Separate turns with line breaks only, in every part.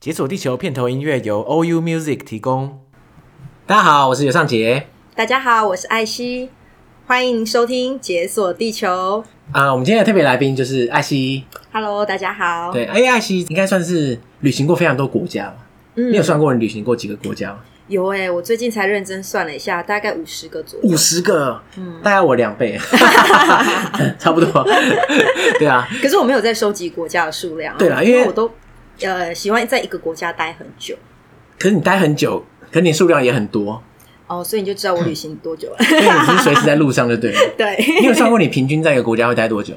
解锁地球片头音乐由 OU Music 提供。
大家好，我是尤尚杰。
大家好，我是艾希，欢迎您收听《解锁地球
啊、我们今天的特别来宾就是艾希。》。
Hello，大家好。
对，哎，艾希应该算是旅行过非常多国家吧？
嗯
你有算过你旅行过几个国家吗？
有哎、我最近才认真算了一下，大概五十个左右。
五十个，
嗯
大概我两 倍，差不多。 对啊，
可是我没有在收集国家的数量、啊。
对啦因
因
为
我都呃喜欢在一个国家待很久
可是你待很久，可你数量也很多，
哦，所以你就知道我旅行 多久了。。
所以你是随时在路上就对 了
对，
你有算过你平均在一个国家会待多久？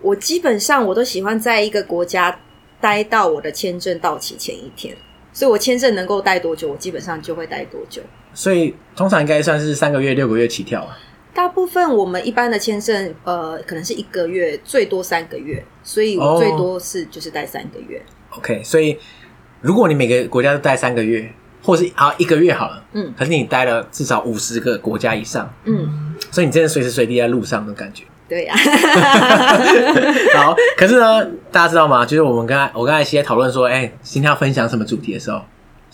我基本上我都喜欢在一个国家待到我的签证到期前一天，所以我签证能够待多久，我基本上就会待多久。
所以通常应该算是三个月、六个月起跳啊。
大部分我们一般的签证，呃，可能是一个月，最多三个月，所以我最多是就是待三个月。
OK，所以如果你每个国家都待三个月，或是啊一个月好了，
嗯
可是你待了至少五十个国家以上，
嗯，
所以你真的随时随地在路上的感觉。
对啊呀、
好，可是呢，大家知道吗？就是我们刚才我刚才一起在讨论说，哎、今天要分享什么主题的时候，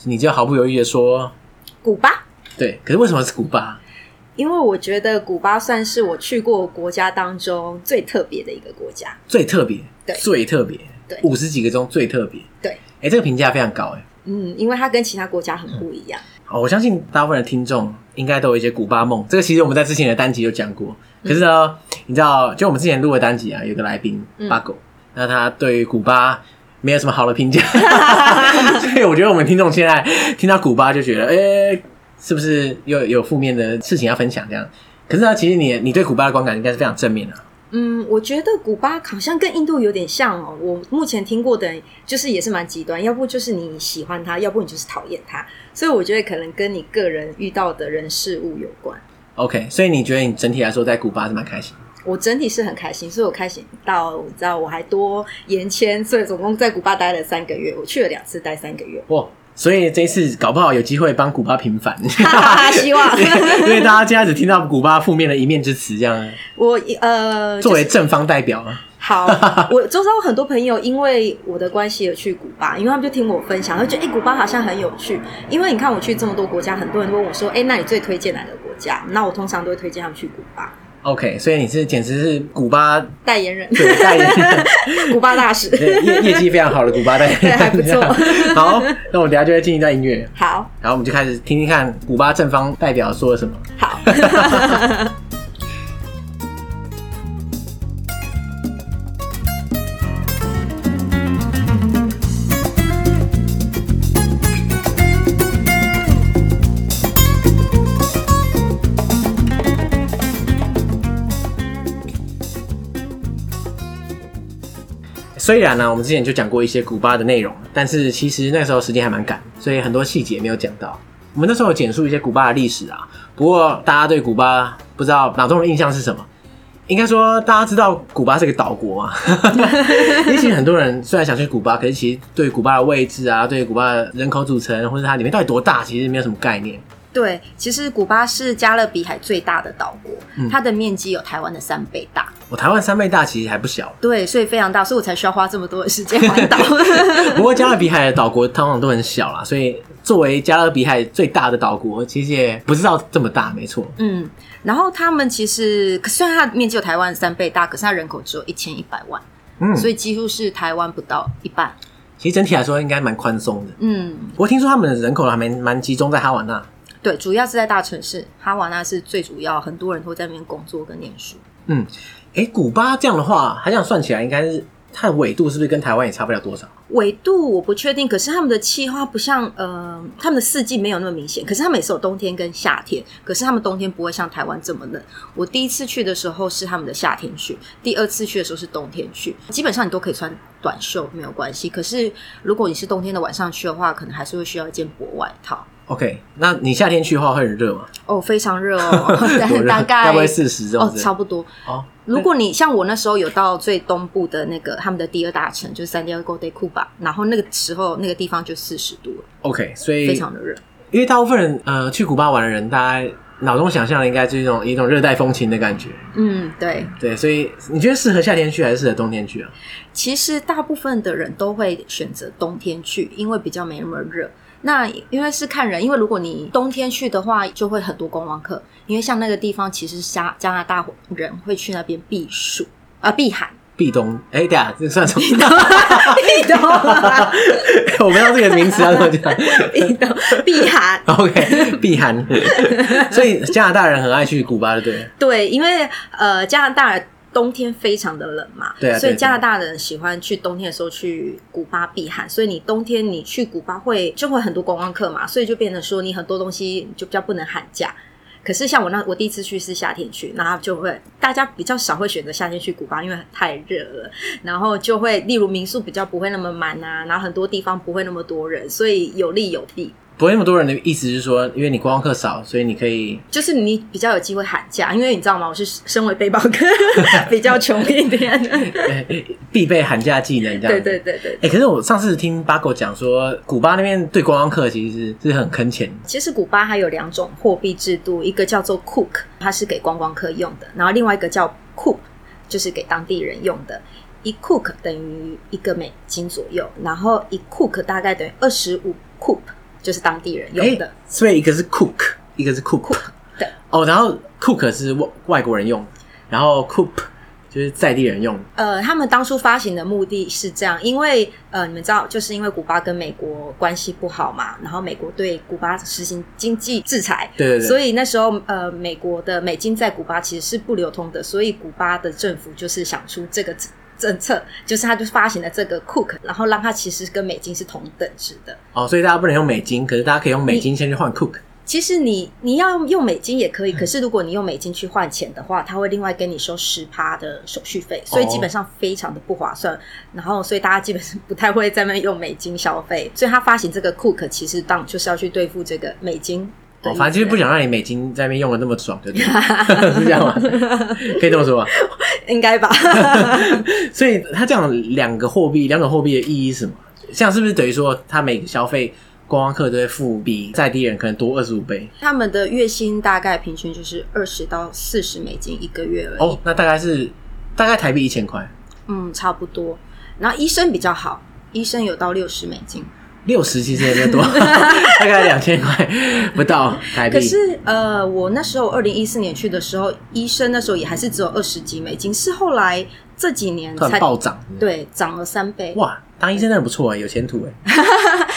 你就毫不犹豫的说，
古巴，
对。可是为什么是古巴？
因为我觉得古巴算是我去过国家当中最特别的一个国家。
最特别，
对
最特别，
对
五十几个中最特别，
对
哎、这个评价非常高、哎。
嗯，因为它跟其他国家很不一样。
好，我相信大部分的听众应该都有一些古巴梦。这个其实我们在之前的单集有讲过。可是呢，你知道，就我们之前录的单集啊，有个来宾
嗯
八狗，那他对于古巴没有什么好的评价， 所以我觉得我们听众现在听到古巴就觉得，哎、是不是又有负面的事情要分享这样？可是呢，其实你你对古巴的观感应该是非常正面的、
嗯，我觉得古巴好像跟印度有点像哦。我目前听过的，就是也是蛮极端，要不就是你喜欢它，要不你就是讨厌它。所以我觉得可能跟你个人遇到的人事物有关。
OK，所以你觉得你整体来说在古巴是蛮开心的？
我整体是很开心，所以我开心到你知道我还多延签，所以总共在古巴待了三个月，我去了两次，待三 个月。
哇！所以这一次搞不好有机会帮古巴平反，
哈哈哈希望
因为大家现在只听到古巴负面的一面之词，这样
我呃，
作为
就是
正方代表啊，
好，我周遭很多朋友因为我的关系有去古巴，因为他们就听我分享，他就觉得哎、诶古巴好像很有趣。因为你看我去这么多国家，很多人都问我说，哎、那你最推荐哪个国家？那我通常都会推荐他们去古巴。
OK，所以你是简直是古巴
代言人，
对代言人，
古巴大使。
对业业绩非常好的古巴代言
对
人，
还不错
好，那我们等一下就会进一段音乐，
好
然后我们就开始听听看古巴正方代表说了什么。
好，
虽然呢、我们之前就讲过一些古巴的内容，但是其实那时候时间还蛮赶，所以很多细节没有讲到。我们那时候有简述一些古巴的历史啊，不过大家对古巴不知道脑中的印象是什么？应该说大家知道古巴是个岛国 嘛，也许很多人虽然想去古巴，可是其实对古巴的位置啊，对古巴的人口组成，或者它里面到底多大，其实没有什么概念。
对，其实古巴是加勒比海最大的岛国，它的面积有台湾的三倍大。
我台湾三倍大其实还不小，啊
对，所以非常大，所以我才需要花这么多的时间环岛。
不过加勒比海的岛国通常都很小啦，所以作为加勒比海最大的岛国，其实也不知道这么大，没错。
嗯，然后他们其实虽然它的面积有台湾三倍大，可是它人口只有一千一百万，
嗯，
所以几乎是台湾不到一半。
其实整体来说应该蛮宽松的。
嗯，
我听说他们的人口还蛮蛮集中在哈瓦那。
对，主要是在大城市，哈瓦那是最主要，很多人会在那边工作跟念书。
嗯，哎，古巴这样的话，它这样算起来，应该是它的纬度是不是跟台湾也差不了多少？
纬度我不确定，可是他们的气候不像呃，他们的四季没有那么明显，可是他们也是有冬天跟夏天，可是他们冬天不会像台湾这么冷。我第一次去的时候是他们的夏天去，第二次去的时候是冬天去，基本上你都可以穿短袖没有关系。可是如果你是冬天的晚上去的话，可能还是会需要一件薄外套。
OK，那你夏天去的话会很热吗？
哦，非常热哦
多，热
大概
该不会四十这
哦
种，
差不多。
哦，
如果你像我那时候有到最东部的那个他们的第二大城，就是 San Diego de Cuba，然后那个时候那个地方就四十度了，
OK，所以
非常的热。
因为大部分人呃去古巴玩的人，大概脑中想象的应该就是一种一种热带风情的感觉。
嗯，对，
对，所以你觉得适合夏天去还是适合冬天去啊？
其实大部分的人都会选择冬天去，因为比较没那么热。那因为是看人，因为如果你冬天去的话，就会很多观光客，因为像那个地方其实加加拿大人会去那边避暑啊、避寒。
避冬，哎，对 啊，这算什么？
避冬 啊，
我不知道这个名词要怎么 讲。
避冬，避寒。
OK，避寒。 所以加拿大人很爱去古巴的，对了。
对，因为呃，加拿大冬天非常的冷嘛，
对啊
所以
对对
加拿大人喜欢去冬天的时候去古巴避寒，所以你冬天你去古巴会就会很多观光客嘛，所以就变成说你很多东西就比较不能喊价。可是像我那我第一次去是夏天去，然后就会大家比较少会选择夏天去古巴，因为太热了，然后就会例如民宿比较不会那么满啊，然后很多地方不会那么多人，所以有利有弊。
不会那么多人的意思是说，因为你观光客少，所以你可以
就是你比较有机会喊价，因为你知道吗？我是 身为背包客比较穷一点。
呃必备寒假技能这样
对
子。
对对对，
哎、可是我上次听八狗讲说，古巴那边对观光客其实是很坑钱。
其实古巴还有两种货币制度，一个叫做 Cook，它是给观光客用的，然后另外一个叫 Coup，就是给当地人用的。一 Cook 等于一个美金左右，然后一 Cook 大概等于二十五 Coup，就是当地人用的。
诶哎所以一个是 cook，一个是 cook，
对
哦，然后 cook 是外外国人用的，然后 coop 就是在地人用的。
呃，他们当初发行的目的是这样，因为呃，你们知道，就是因为古巴跟美国关系不好嘛，然后美国对古巴实行经济制裁，
对对对
所以那时候呃，美国的美金在古巴其实是不流通的，所以古巴的政府就是想出这个政政策，就是他就发行了这个 Cook，然后让它其实跟美金是同等值的。
哦，所以大家不能用美金，可是大家可以用美金先去换 cook。
其实你你要用美金也可
嗯
以，可是如果你用美金去换钱的话，他会另外跟你收十趴的手续费，
哦
所以基本上非常的不划算。然后，所以大家基本上不太会在那边用美金消费，所以他发行这个 Cook 其实当就是要去对付这个美金的
哦，
意思。
反正就是不想让你美金在那边用的那么爽，对不 对？是这 样吗？可以这么说吧。
应该吧？
所以他这样两个货币，两种货币的意义是什么？这样是不是等于说，他每个消费观光客都会付比在地人可能多二十五倍？
他们的月薪大概平均就是二十到四十美金一个月而已。
哦，那大概是大概台币一千块，
嗯，差不多。然后医生比较好，医生有到六十美金。
六十其实也没 有多，大概两千块不到台币。
可是呃，我那时候二零一四年去的时候，医生那时候也还是只有二十几美金，是后来这几年
突然
才
暴涨，
对涨了三倍。
哇，当医生真的不错哎，有前 途哎。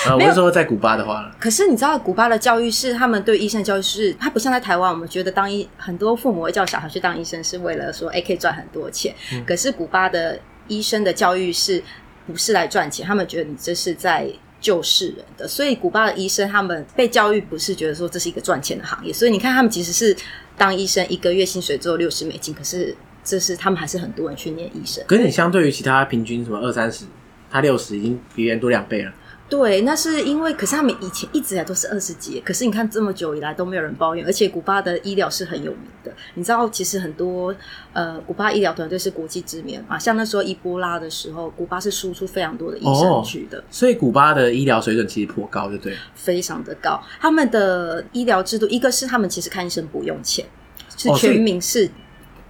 啊，我是说在古巴的话，
可是你知道，古巴的教育是他们对医生的教育是，它不像在台湾，我们觉得当医很多父母会叫小孩去当医生是为了说，哎、可以赚很多钱。可是古巴的医生的教育是不是来赚钱？他们觉得你这是在救世人的，所以古巴的医生他们被教育不是觉得说这是一个赚钱的行业，所以你看他们其实是当医生一个月薪水只有六十美金，可是这是他们还是很多人去念医生。
可是你相对于其他平均什么二三十，他六十已经比别人多两倍了。
对，那是因为，可是他们以前一直以来都是二十几，可是你看这么久以来都没有人抱怨，而且古巴的医疗是很有名的。你知道，其实很多呃，古巴医疗团队是国际知名嘛，像那时候伊波拉的时候，古巴是输出非常多的医
哦
生去的，
所以古巴的医疗水准其实颇高，对不对了？
非常的高。他们的医疗制度，一个是他们其实看医生不用钱，是
哦所以
全民是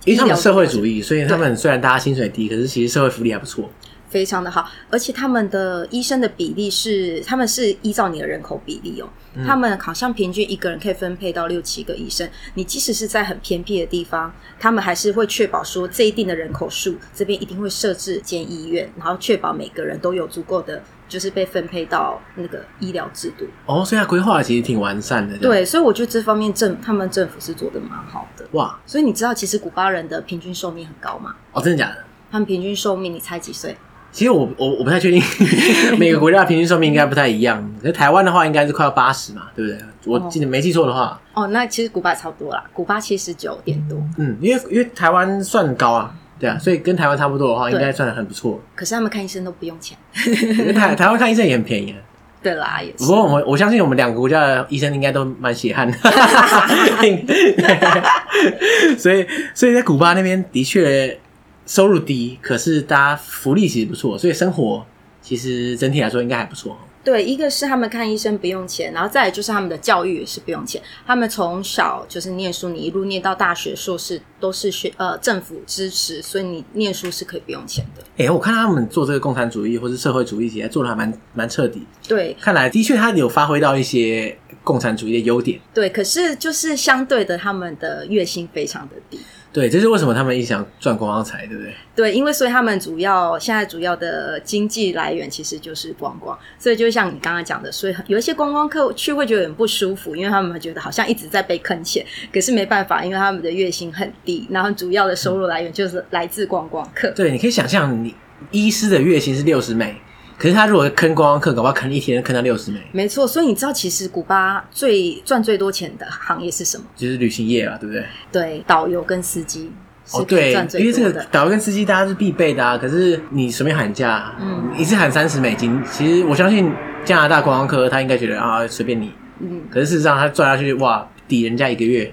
因为他们
医疗
社会
制度
主义，所以他们虽然大家薪水低，可是其实社会福利还不错。
非常的好，而且他们的医生的比例是，他们是依照你的人口比例哦，他们好像平均一个人可以分配到六七个医生。你即使是在很偏僻的地方，他们还是会确保说这一定的人口数，这边一定会设置间医院，然后确保每个人都有足够的，就是被分配到那个医疗制度。
哦，所以他规划其实挺完善的。这样，
对，所以我觉得这方面政他们政府是做的蛮好的。
哇，
所以你知道，其实古巴人的平均寿命很高嘛？
哦，真的假的？
他们平均寿命，你猜几岁？
其实我我我不太 确定，每个国家的平均寿命应该不太一样。可是台湾的话，应该是快要八十嘛，对不对？我记得没记错的话，
哦，那其实古巴也差不多啦，古巴七十九点多，
嗯，因为因为台湾算高啊，对啊，所以跟台湾差不多的话，应
对
该算得很不错。
可是他们看医生都不用钱。
因为台台湾看医生也很便宜、啊，
对啦，也
不
是。
过我我相信我们两个国家的医生应该都蛮血 汗的，所以所以在古巴那边的确收入低，可是大家福利其实不错，所以生活其实整体来说应该还不错。
对，一个是他们看医生不用钱，然后再来就是他们的教育也是不用钱。他们从小就是念书，你一路念到大学、硕士都是学呃政府支持，所以你念书是可以不用钱的。
哎、我看他们做这个共产主义或是社会主义题材做的还蛮蛮彻底，
对
看来的确他有发挥到一些共产主义的优点。
对，可是就是相对的，他们的月薪非常的低。
对，这是为什么他们一直想赚国王财，对不对？
对，因为所以他们主要现在主要的经济来源其实就是观光，所以就像你刚刚讲的，所以有一些观光客去会觉得很不舒服，因为他们觉得好像一直在被坑钱，可是没办法，因为他们的月薪很低，然后主要的收入来源就是来自观光客。
对，你可以想象，你医师的月薪是六十美，可是他如果坑观光客，搞不好坑一天坑到六十美，
没错，所以你知道其实古巴最赚最多钱的行业是什么？
就是旅行业啊，对不对？
对，导游跟司机是
哦，
可以
对
赚，
因
最
为这
多
个
的。
导游跟司机大家是必备的啊。可是你随便喊价，
嗯
一次喊三十美金，其实我相信加拿大观光客他应该觉得啊随便你，
嗯，
可是事实上他赚下去哇抵人家一个月，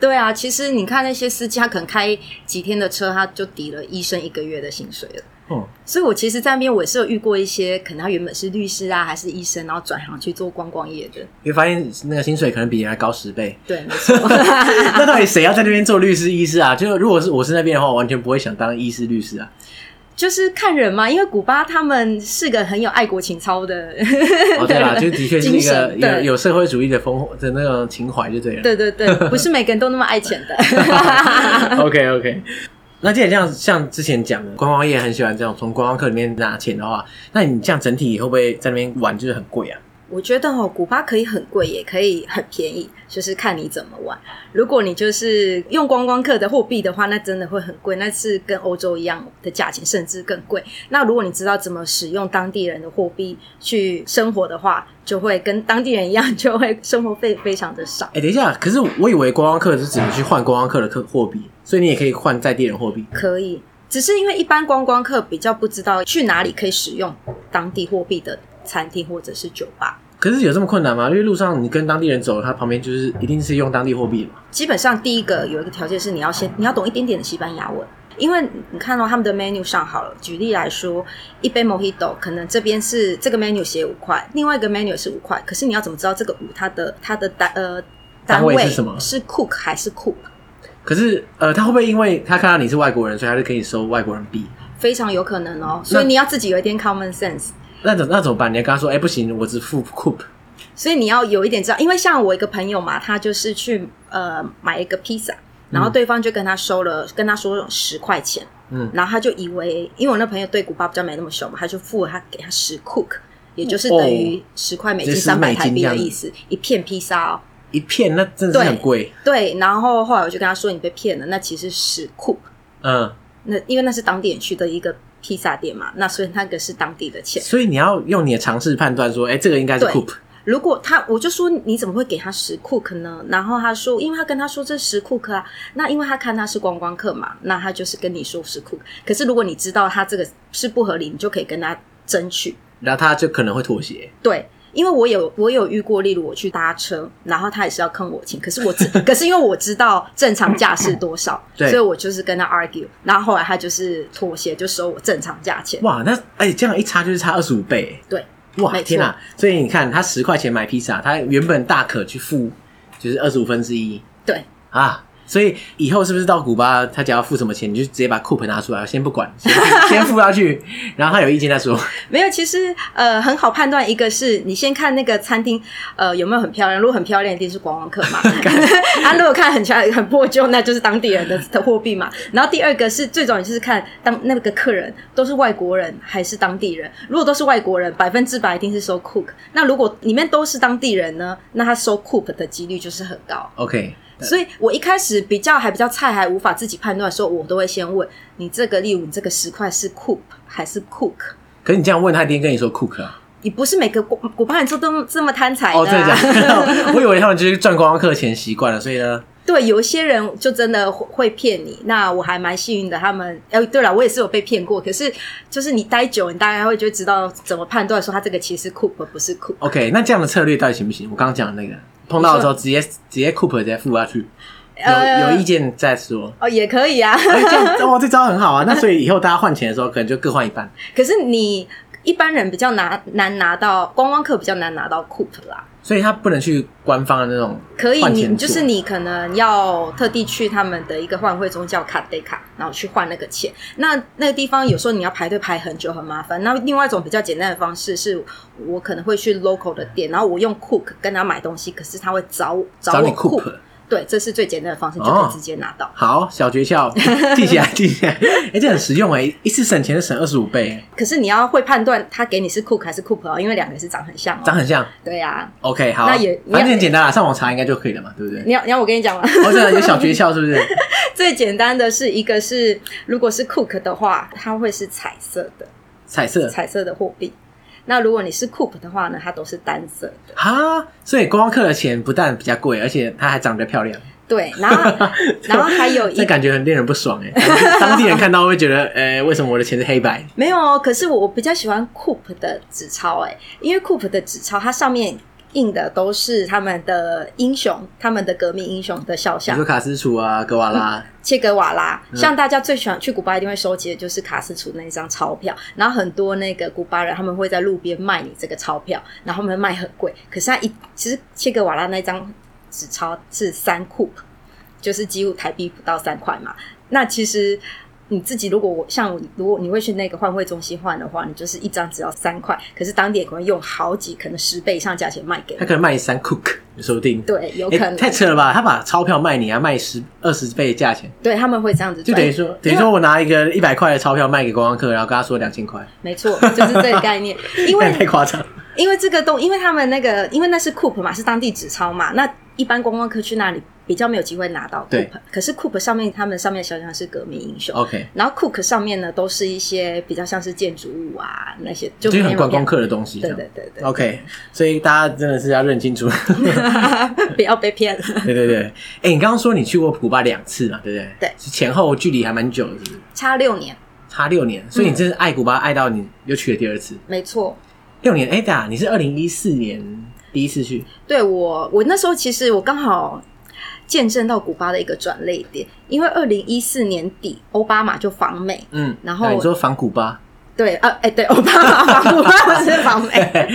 对啊，其实你看那些司机，他可能开几天的车，他就抵了医生一个月的薪水了。
嗯，
所以我其实，在那边我也是有遇过一些，可能他原本是律师啊，还是医生，然后转行去做观光业的。
你会发现那个薪水可能比人家高十倍。
对，没错。
那到底谁要在那边做律师、医师啊？就如果是我是那边的话，我完全不会想当医师、律师啊。
就是看人嘛，因为古巴他们是个很有爱国情操的
哦，对啦，就的确是一
精
个
神
有
对
有社会主义的风的那种情怀就对了。
对对对，不是每个人都那么爱钱的。
OK OK。那既然这样，像之前讲的，观光业很喜欢这种从观光客里面拿钱的话，那你这样整体会不会在那边玩就是很贵啊？
我觉得哦，古巴可以很贵，也可以很便宜，就是看你怎么玩。如果你就是用观光客的货币的话，那真的会很贵，那是跟欧洲一样的价钱，甚至更贵。那如果你知道怎么使用当地人的货币去生活的话，就会跟当地人一样， 就会生活费非常的少。
哎、等一下，可是我以为观光客是只能去换观光客的客货币，所以你也可以换在地人货币。
可以，只是因为一般观光客比较不知道去哪里可以使用当地货币的餐厅或者是酒吧。
可是有这么困难吗？因为路上你跟当地人走，他旁边就是一定是用当地货币嘛。
基本上第一个有一个条件是你要先你要懂一点点的西班牙文，因为你看到、他们的 menu 上好了，举例来说，一杯 Mojito 可能这边是这个 menu 写五块，另外一个 menu 是五块，可是你要怎么知道这个五它的它的单呃
单位
位
是什么
是 cook 还是 cook？
可是呃，他会不会因为他看到你是外国人，所以他就可以收外国人币？
非常有可能哦，所以你要自己有一点 common sense。
那怎那怎么办？你要跟他说，哎、不行，我只付 coop。
所以你要有一点知道，因为像我一个朋友嘛，他就是去呃买一个披
嗯
萨，然后对方就跟他收了，跟他说十块钱，
嗯
然后他就以为，因为我那朋友对古巴比较没那么熟嘛，他就付了他给他十 cook，也就是等于十块美
哦
金
这是
三
美
百
金
台币
这
的
样子
意思，一片披萨哦。
一片那真的是很贵，
对，然后后来我就跟他说你被骗了，那其实十 cook，
嗯，
那因为那是当地人去的一个披萨店嘛，那所以那个是当地的钱。
所以你要用你的尝试判断说，哎、这个应该是
对
coop，
如果他，我就说你怎么会给他十库克呢？然后他说，因为他跟他说这十库克啊，那因为他看他是观光客嘛，那他就是跟你说十库克。可是如果你知道他这个是不合理，你就可以跟他争取。
然后他就可能会妥协。
对，因为我有我有遇过，例如我去搭车，然后他也是要坑我钱，可是我知，可是因为我知道正常价是多少，
对
所以我就是跟他 argue，然后后来他就是妥协，就收我正常价钱。
哇，那哎、这样一差就是差二十五倍，
对，
哇，
没错
天哪、所以你看，他十块钱买披萨，他原本大可去付就是二十五分之一
对，
啊。所以以后是不是到古巴，他只要付什么钱，你就直接把 coop 拿出来，先不管，先先付下 去，然后他有意见再说。
没有，其实呃很好判断，一个是你先看那个餐厅呃有没有很漂亮，如果很漂亮一定是观光客嘛， 啊如果看很漂亮很破旧，那就是当地人的的货币嘛。然后第二个是最重要就是看当那个客人都是外国人还是当地人，如果都是外国人，百分之百一定是收 cook，那如果里面都是当地人呢，那他收 cook 的几率就是很高。
OK，
所以我一开始比较还比较菜，还无法自己判断的时候，我都会先问你这个，例如你这个十块是 cook 还是 cook？
可是你这样问他，一定跟你说 cook 啊。
也不是每个古古巴人都这么这么贪财的、啊。
哦，真的假的？ 我以为他们就是赚观光客钱习惯了，所以呢，
对，有一些人就真的会会骗你。那我还蛮幸运的，他们，哎、对了，我也是有被骗过。可是就是你待久，你大概会就知道怎么判断说他这个其实 coop 不是 coop。
OK，那这样的策略到底行不行？我刚刚讲的那个，碰到的时候直接直接 Coop 直接付下去，有
呃
有意见再 说。
哦，也可以啊。
哦哎这样哇，这招很好啊！那所以以后大家换钱的时候，可能就各换一半。
可是你。一般人比较拿难拿到，观光客比较难拿到 coupe 啦。
所以他不能去官方的那种
可以，
换
你
钱啊
就
做
是你可能要特地去他们的一个换汇中叫卡德卡，然后去换那个钱。那那个地方有时候你要排队排很久，很麻烦。那另外一种比较简单的方式是，我可能会去 local 的店，然后我用 cook 跟他买东西，可是他会找我
找你
我
coop。
对，这是最简单的方式，你就可
哦
以直接拿到。
好，小诀窍记起来， 记起来。哎、这很实用哎、一次省钱省二十五倍，
可是你要会判断他给你是 cook 还是 coop 哦，因为两个是长很像、哦。
长很像。
对呀、
OK，好，
那也
反正
你
很简单啦，上网查应该就可以了嘛，对不对？
你要你要我跟你讲吗？
哦，这样有小诀窍是不是？
最简单的是一个是，如果是 cook 的话，它会是彩色的，
彩色
彩色的货币。那如果你是 coop 的话呢，它都是单色的。
哈，所以观光客的钱不但比较贵，而且它还长得漂亮，
对，然后然后还有
这
一
感觉很令人不爽 哎、当地人看到会觉得，呃、为什么我的钱是黑白？
没有哦，可是我我比较喜欢 coop 的纸钞哎，因为 coop 的纸钞它上面印的都是他们的英雄，他们的革命英雄的肖
比如
像
说，卡斯楚啊、格瓦拉，
切格瓦拉，
嗯
像大家最喜欢去古巴一定会收集的就是卡斯楚那一张钞票，然后很多那个古巴人他们会在路边卖你这个钞票，然后他们卖很贵，可是他一其实切格瓦拉那张纸钞是三库，就是几乎台币不到三块嘛。那其实你自己如果我像我如果你会去那个换汇中心换的话，你就是一张只要三块，可是当地可能用好几可能十倍以上价钱卖给
他
你，
可能卖你三 cook，说不定。
对，有可
哎
能、
太扯了吧！他把钞票卖你啊，卖十二十倍的价钱，
对他们会这样子
就
赚，
等于说，等于说我拿一个一百块的钞票卖给观光客，然后跟他说两千块，
没错，就是这个概念，因为
那 也太夸 张了。
因为这个东，因为他们那个，因为那是 coop 嘛，是当地纸钞嘛，那一般观光客去那里比较没有机会拿到
对
coop，可是 coop 上面他们上面想想是革命英雄。
OK，
然后 cook 上面呢，都是一些比较像是建筑物啊那些，就
就是
没
很
有
观光
亮。
客的东西。
对对对对
OK，所以大家真的是要认清楚。
对，不要被骗了。
对对对，哎、你刚刚说你去过古巴两次嘛，对不对？
对
是前后距离还蛮久的，是不是？
差六年，
差六年，所以你真是爱古巴爱到你又去了第二次。
没错。
六年，哎、欸，打你是二零一四年第一次去，
对我，我那时候其实我刚好见证到古巴的一个转捩点，因为二零一四年底奥巴马就访美，
嗯，
然后
啊你说访古 巴，
对，啊，哎、对，奥巴马访古巴是访美。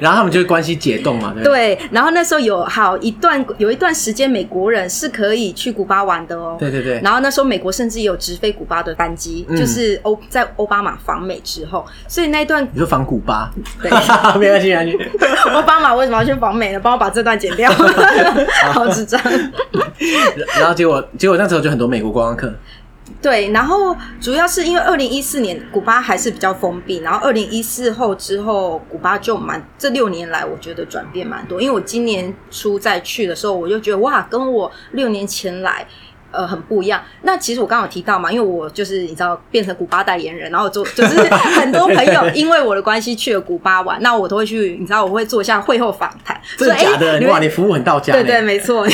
然后他们就关系解冻嘛，对不对？
对，然后那时候有好一段有一段时间，美国人是可以去古巴玩的哦。
对对对
然后那时候美国甚至有直飞古巴的班机，
嗯
就是欧在奥巴马访美之后，所以那一段
你说访古巴，
对
没关系，没关系。
奥巴马为什么要去访美呢？帮我把这段剪掉，好智障。
然后结果，结果那时候就很多美国观光客，
对，然后主要是因为二零一四年古巴还是比较封闭，然后二零一四后之后，古巴就蛮这六年来我觉得转变蛮多。因为我今年初再去的时候，我就觉得哇，跟我六年前来。呃，很不一样。那其实我刚刚有提到嘛，因为我就是你知道变成古巴代言人，然后就就是很多 朋友因为我的关系去了古巴玩，那我都会去，你知道我会做一下会后访谈，
真的
说
假
诶
的？
你
哇，
们
你服务很到家呢。
对哎 对，没错。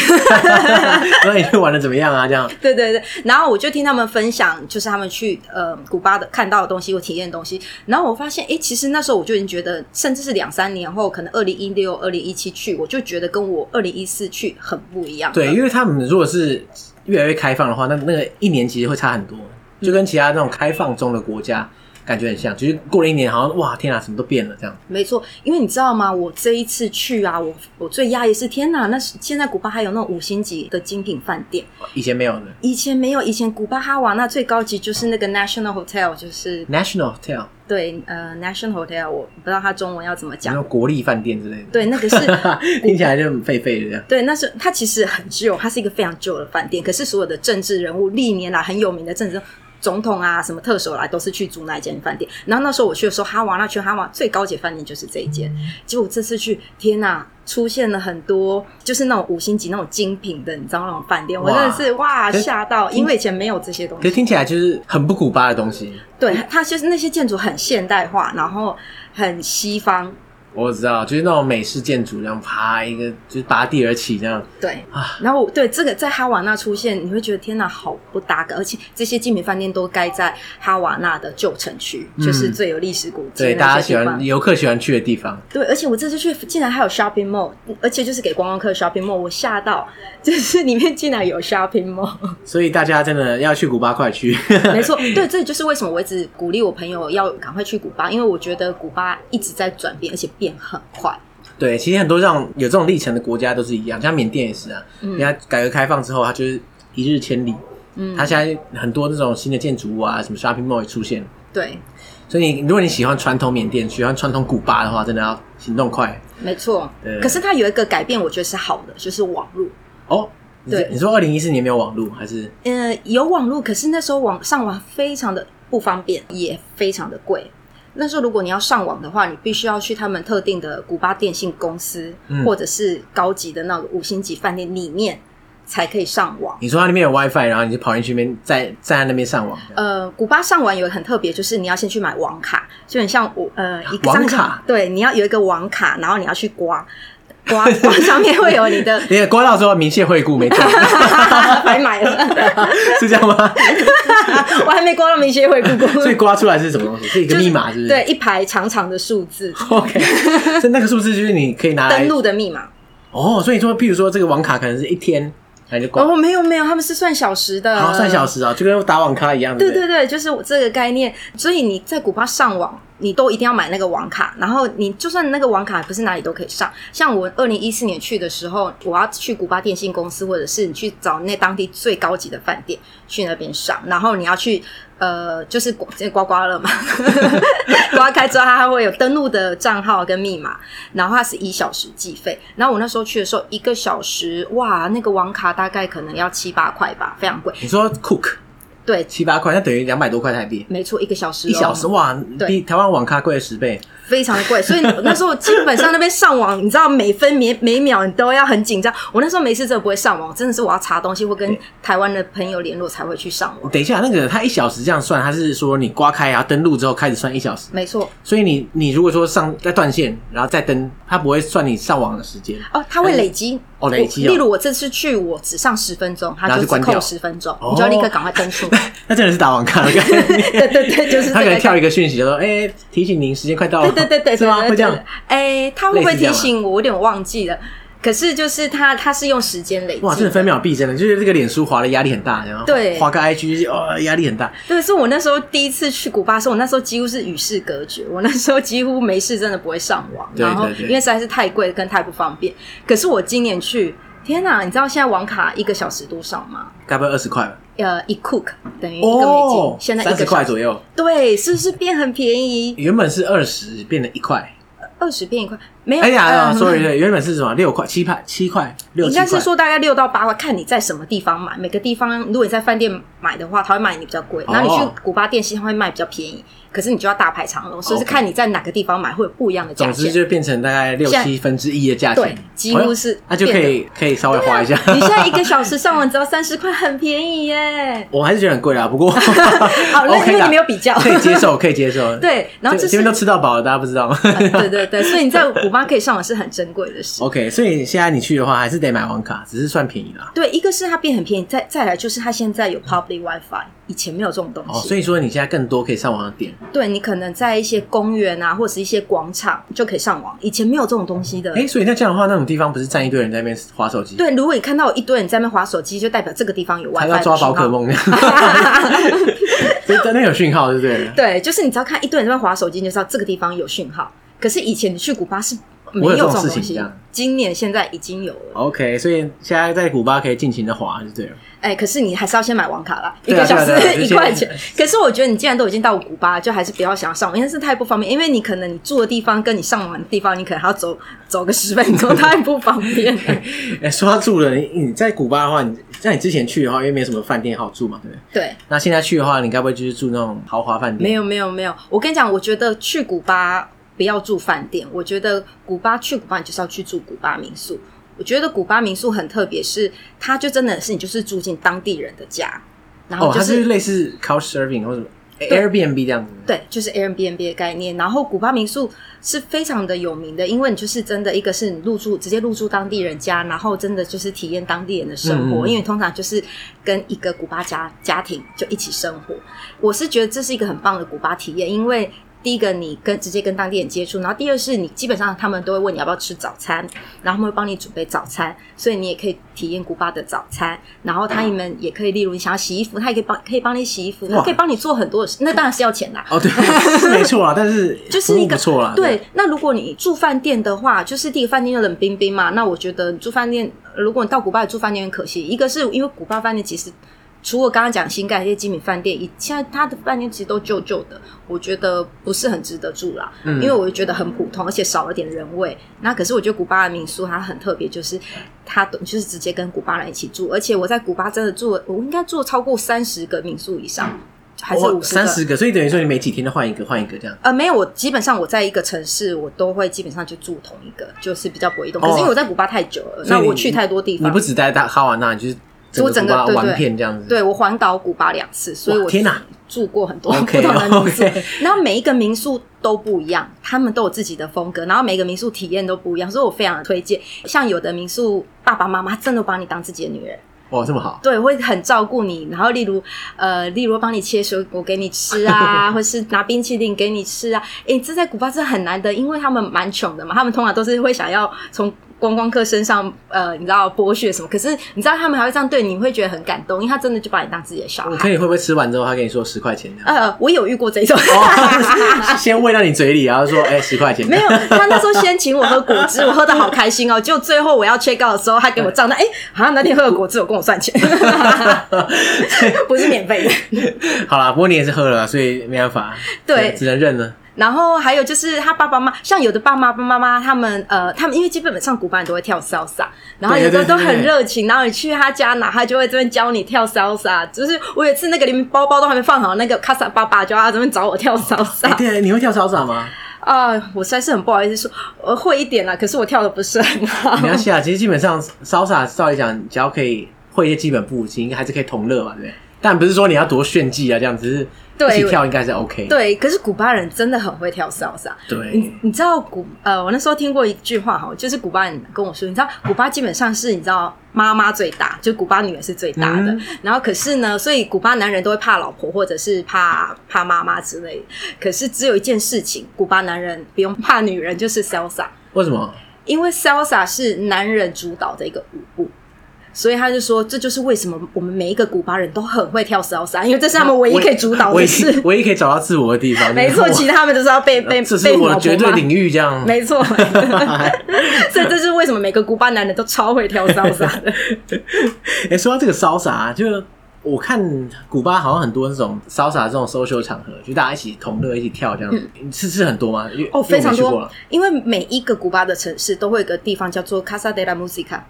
那你去玩的怎么样啊？这样，
对对对，然后我就听他们分享，就是他们去呃古巴的看到的东西或体验的东西，然后我发现，诶，其实那时候我就已经觉得，甚至是两三年后，可能二零一六、二零一七去，我就觉得跟我二零一四去很不一样。
对，，因为他们如果是越来越开放的话，那那个一年其实会差很多，就跟其他那种开放中的国家感觉很像，就是过了一年，好像哇天啊，什么都变了这样。
没错，因为你知道吗？我这一次去啊，我我最压抑是，天哪，那是现在古巴还有那种五星级的精品饭店，
以前没有的
以前没有，以前古巴哈瓦那最高级就是那个 National Hotel，就是。
National Hotel，
对，呃，National Hotel，我不知道它中文要怎么
然
讲
后。国立饭店之类的。
对，那个是
听起来就很废废的这样。
对，那是它其实很旧，它是一个非常旧的饭店。可是所有的政治人物历年来很有名的政治总统啊、什么特首来、都是去住那一间饭店。然后那时候我去的时候，哈瓦那全哈瓦最高级的饭店就是这一间。结果这次去，天呐、出现了很多就是那种五星级、那种精品的，你知道那种饭店，我
哇
真的是哇
可是
吓到，因为以前没有这些东
可
西
是。听起来就是很不古巴的东西，
对，它就是那些建筑很现代化，然后很西方。
我知道，就是那种美式建筑，这样啪一个就是拔地而起这样。
对，
啊
然后我对这个在哈瓦那出现，你会觉得天哪，好不搭嘎！而且这些精品饭店都盖在哈瓦那的旧城区，就是最有历史古迹、
对，大家喜
方。
欢游客喜欢去的地方，
对，而且我这次去竟然还有 shopping mall，而且就是给观光客 shopping mall，我吓到，就是里面竟然有 shopping mall。
所以大家真的要去古巴快去。
没错，对，这就是为什么我一直鼓励我朋友要赶快去古巴，因为我觉得古巴一直在转变，而且变很快。
对，其实很多这种有这种历程的国家都是一样，像缅甸也是啊，
嗯
人家改革开放之后，它就是一日千里。嗯，它现在很多那种新的建筑物啊，什么 shopping mall 也出现了。
对，
所以你如果你喜欢传统缅甸，喜欢传统古巴的话，真的要行动快
没错
对。
可是它有一个改变，我觉得是好的，就是网络。
哦。你是
对
你说二零一四年没有网络还是？
呃，有网络，可是那时候网上网非常的不方便，也非常的贵。那时候如果你要上网的话，你必须要去他们特定的古巴电信公司，
嗯
或者是高级的那个五星级饭店里面才可以上网。
你说它那边有 WiFi，然后你就跑进去那边，在站在那边上网。
呃，古巴上网有一个很特别，就是你要先去买网卡，就很像我呃一个
网
张
卡
对，你要有一个网卡，然后你要去刮刮 刮上面会有你的
你也刮到之后明谢惠顾没中，
白买了，
是这样吗？
我还没刮到明星会姑姑，
所以刮出来是什么东西？是一个密码，是不是？
对，一排长长的数字，
OK，所以那个数字就是你可以拿来
登录的密码。
哦。所以说，譬如说这个网卡可能是一天，然后就挂，
哦，没有没有，他们是算小时的，
好算小。时啊，就跟打网咖一样，
对
不对
对对，就是我这个概念。所以你在古巴上网，你都一定要买那个网卡，然后你就算那个网卡不是哪里都可以上。像我二零一四年去的时候，我要去古巴电信公司，或者是你去找那当地最高级的饭店去那边上，然后你要去。呃，就是刮刮刮乐嘛， 刮开之后它还会有登录的账号跟密码，然后它是以小时计费。然后我那时候去的时候，一个小时哇，那个网卡大概可能要七八块吧，非常贵。
你说 Cook
对，
七八块，那等于两百多块台币，
没错，一个小时、哦，
一小时哇，
对
比台湾网咖贵了十倍。
非常 贵，所以那时候基本上那边上网，你知道每分每每秒你都要很紧张。我那时候没事真的不会上网，真的是我要查东西或跟台湾的朋友联络才会去上网。
等一下，那个它一小时这样算，它是说你刮开然啊后登录之后开始算一小时，
没错，
所以你你如果说上在断线，然后再登，它不会算你上网的时间。
哦，它会累积，
哦累积哦
我例如我这次去，我只上十分钟，它
然后就
就只
关掉
扣十分钟，
哦
你就要立刻赶快登 出。
那真的是打 网咖的概念。
对对对，就是
他可
这个
能跳
概
一个讯息，就说：“哎、提醒您时间快到了。”
对对对 对，
是吗？
对
会这？样
对对。哎，他会不会
类似这
提
样啊吗
醒我？我有点忘记了。可是就是他，他是用时间累积的。
哇，真的分秒必争的，就是这个脸书滑的压力很大，然后
对
滑个 IG 哦，压力很大。
对，是我那时候第一次去古巴的时候，我那时候几乎是与世隔绝，我那时候几乎没事真的不会上网，
对
然后
对对
因为实在是太贵跟太不方便。可是我今年去，天哪，你知道现在网卡一个小时多少吗？
该不会二十块吧？
呃，一 cook 等于一个美金，现在一
哦三
个
十
小
块
时，
左右，
对，是不是变很便宜？
原本是二十，变成一块。
二十变一块，没有，
哎呀
嗯
，sorry，对原本是什么六块、七块、七块、六
应
七
该
块。
是说大概六到八块，看你在什么地方买。每个地方，如果你在饭店买的话，他会卖你比较贵；
哦
那你去古巴电信，他会卖比较便宜。可是你就要大排长龙，所以是
OK
看你在哪个地方买会有不一样的价
总之
钱。
就变成大概六
现在
七分之一的价
对
钱，，哦
几乎是
那就可
变啊
以可以稍微花一下。
得。你现在一个小时上网只要三十块，很便宜耶！
我还是觉得很贵啦，啊不过
好，那
OK
因为
啦
你 没有比较，
可以接受，可以接受。，
对。然后这
这
是呃
边都吃到饱了，大家不 知道吗
对对对，所以你在古巴可以上网是很珍贵的事。
？OK，所以现在你去的话，还是得买网卡，只是算便宜啦。
对，一个是它变很便宜，再再来就是它现在有 public WiFi，以前没有这种东
哦，
西。
所以说你现在更多可以上网的点。
对你可能在一些公园啊，或者是一些广场就可以上网，以前没有这种东西的。
哎、所以那这样的话，那种地方不是站一堆人在那边划手机，
呃对，如果你看到有一堆人在那边划手机，就代表这个地方有
还
WiFi
要抓
的讯
宝可
号。
梦那样， 所以真的有讯号，对不对了？
对，就是你只要看一堆人在那边划手机，你就知道这个地方有讯号。可是以前你去古巴是没
我有这
这
种
种东
事情
西
这样，
今年现在已经有了。
OK，所以现在在古巴可以尽情的滑，就对了。
哎，可是你还是要先买网卡啦，一
对啊
个小时
对啊对啊
一块钱。可是我觉得你既然都已经到古巴，就还是不要想要上网，因为是太不方便。因为你可能你住的地方跟你上网的地方，你可能还要走走个十分钟， 太不方 便了。
哎、说到住了，你你在古巴的话，你像你之前去的话，因为没有什么饭店好住嘛，对不对？
对，
那现在去的话，你该不会就是住那种豪华饭店？
没有没有没有，我跟你讲，我觉得去古巴不要住饭店，我觉得古巴去古巴你就是要去住古巴民宿。我觉得古巴民宿很特别，是它就真的是你就是住进当地人的家，然
哦
后，就
它是
是
类似 couch surfing 或者 Airbnb 这样子。
对，就是 Airbnb 的概念。然后古巴民宿是非常的有名的，因为你就是真的一个是你入住直接入住当地人家，然后真的就是体验当地人的生
嗯嗯
活，因为你通常就是跟一个古巴家家庭就一起生活。我是觉得这是一个很棒的古巴体验，因为。第一个，你跟直接跟当地人接触，然后第二是你基本上他们都会问你要不要吃早餐，然后他们会帮你准备早餐，所以你也可以体验古巴的早餐。然后他们也可以，例如你想要洗衣服，他也可以帮可以帮你洗衣服，他
哇
可以帮你做很多的事，那当然是要钱啦。
哦，对， 是没错啊，但是
就是一个
服务不错啦。
对，那如果你住饭店的话，就是第一个饭店就冷冰冰嘛。那我觉得住饭店，呃如果你到古巴住饭店很可惜，一个是因为古巴饭店其实除了刚刚讲新盖的一些精品饭店，以现在它的饭店其实都旧旧的，我觉得不是很值得住啦。
嗯
因为我就觉得很普通，而且少了点人味。那可是我觉得古巴的民宿它很特别，就是它都就是直接跟古巴人一起住，而且我在古巴真的住了，我应该住了超过三十个民宿以上，还是
哇
五十
哦三
个。
十个，所以等于说你每几天都换一个，换一个这样。
呃，没有，我基本上我在一个城市，我都会基本上就住同一个，就是比较不会移动。
哦
可是因为我在古巴太久了，
所
那
以你
我去太多地
你
方
不，只在大哈瓦那，你就是
我整
古
个
巴
对
玩
对
遍这样子。
对我环岛古巴两次，所以
哇
我
天哪
住过很多
OK，哦
不同的民宿
OK
然后每一个民宿都不一样，他们都有自己的风格，然后每个民宿体验都不一样，所以我非常推荐。像有的民宿爸爸妈妈真的把你当自己的女人，
哇，这么好，
对，会很照顾你。然后，例如，呃，例如帮你切水果给你吃啊，或是拿冰淇淋给你吃啊。诶，这在古巴是很难的，因为他们蛮穷的嘛，他们通常都是会想要从观光客身上，呃，你知道剥削什么。可是你知道他们还会这样对你，你会觉得很感动，因为他真的就把你当自己的小
我
孩。
看你会不会吃完之后，他跟你说十块 钱这样。
呃，我有遇过这种。
哦，先喂到你嘴里，然后说：“哎、十块钱。”
没有，他那时候先请我喝果汁，我喝的好开心哦。结果最后我要 check out 的时候，他给我账单，哎、好像那天喝了果汁，有跟我算钱， 啊不是免费的。
好啦，不过你也是喝了，所以没办法，
对
只只能认了。
然后还有就是他爸爸妈妈，像有的爸妈爸妈妈他们呃，他们因为基本上古巴人都会跳 salsa，然后有
对对
的都
对
很
对
热情，然后你去他家拿，他就会这边教你跳 salsa。就是我有一次那个连包包都还没放好，那个卡萨爸爸就要这边找我跳 salsa
哎、对，你会跳操场吗？
啊、我实在是很不好意思说，呃，会一点啦，可是我跳的不是很 好。
没关系啊，其实基本上骚洒，照理讲，只要可以会一些基本步，其实应该还是可以同乐嘛，对不对？但不是说你要多炫技啊，这样，只是
对
一起跳应该是 OK。
对，可是古巴人真的很会跳 salsa。
对
你你知道古呃，我那时候听过一句话哈，就是古巴人跟我说，你知道古巴基本上是你知道妈妈最大，就古巴女人是最大的。
嗯
然后可是呢，所以古巴男人都会怕老婆或者是怕怕妈妈之类的。可是只有一件事情，古巴男人不用怕女人，就是 salsa，
为什么？
因为 salsa 是男人主导的一个舞步。所以他就说，这就是为什么我们每一个古巴人都很会跳 salsa，因为这是他们唯一可以主导
唯
的
一
事。
唯一可以找到自我的地方。
没错，其
他
他们就是要被被
这是
被
我的
老婆
绝对
骂
领域，这样。
没错，所以这就是为什么每个古巴男人都超会跳 salsa 的。
哎、说到这个骚洒、啊，就我看古巴好像很多那种骚洒这种 social 场合，就大家一起同乐、一起跳这样子，你是是很多吗？因为
嗯哦，非常。
因为我没去过
多
了，
因为每一个古巴的城市都会有一个地方叫做 Casa de la Música，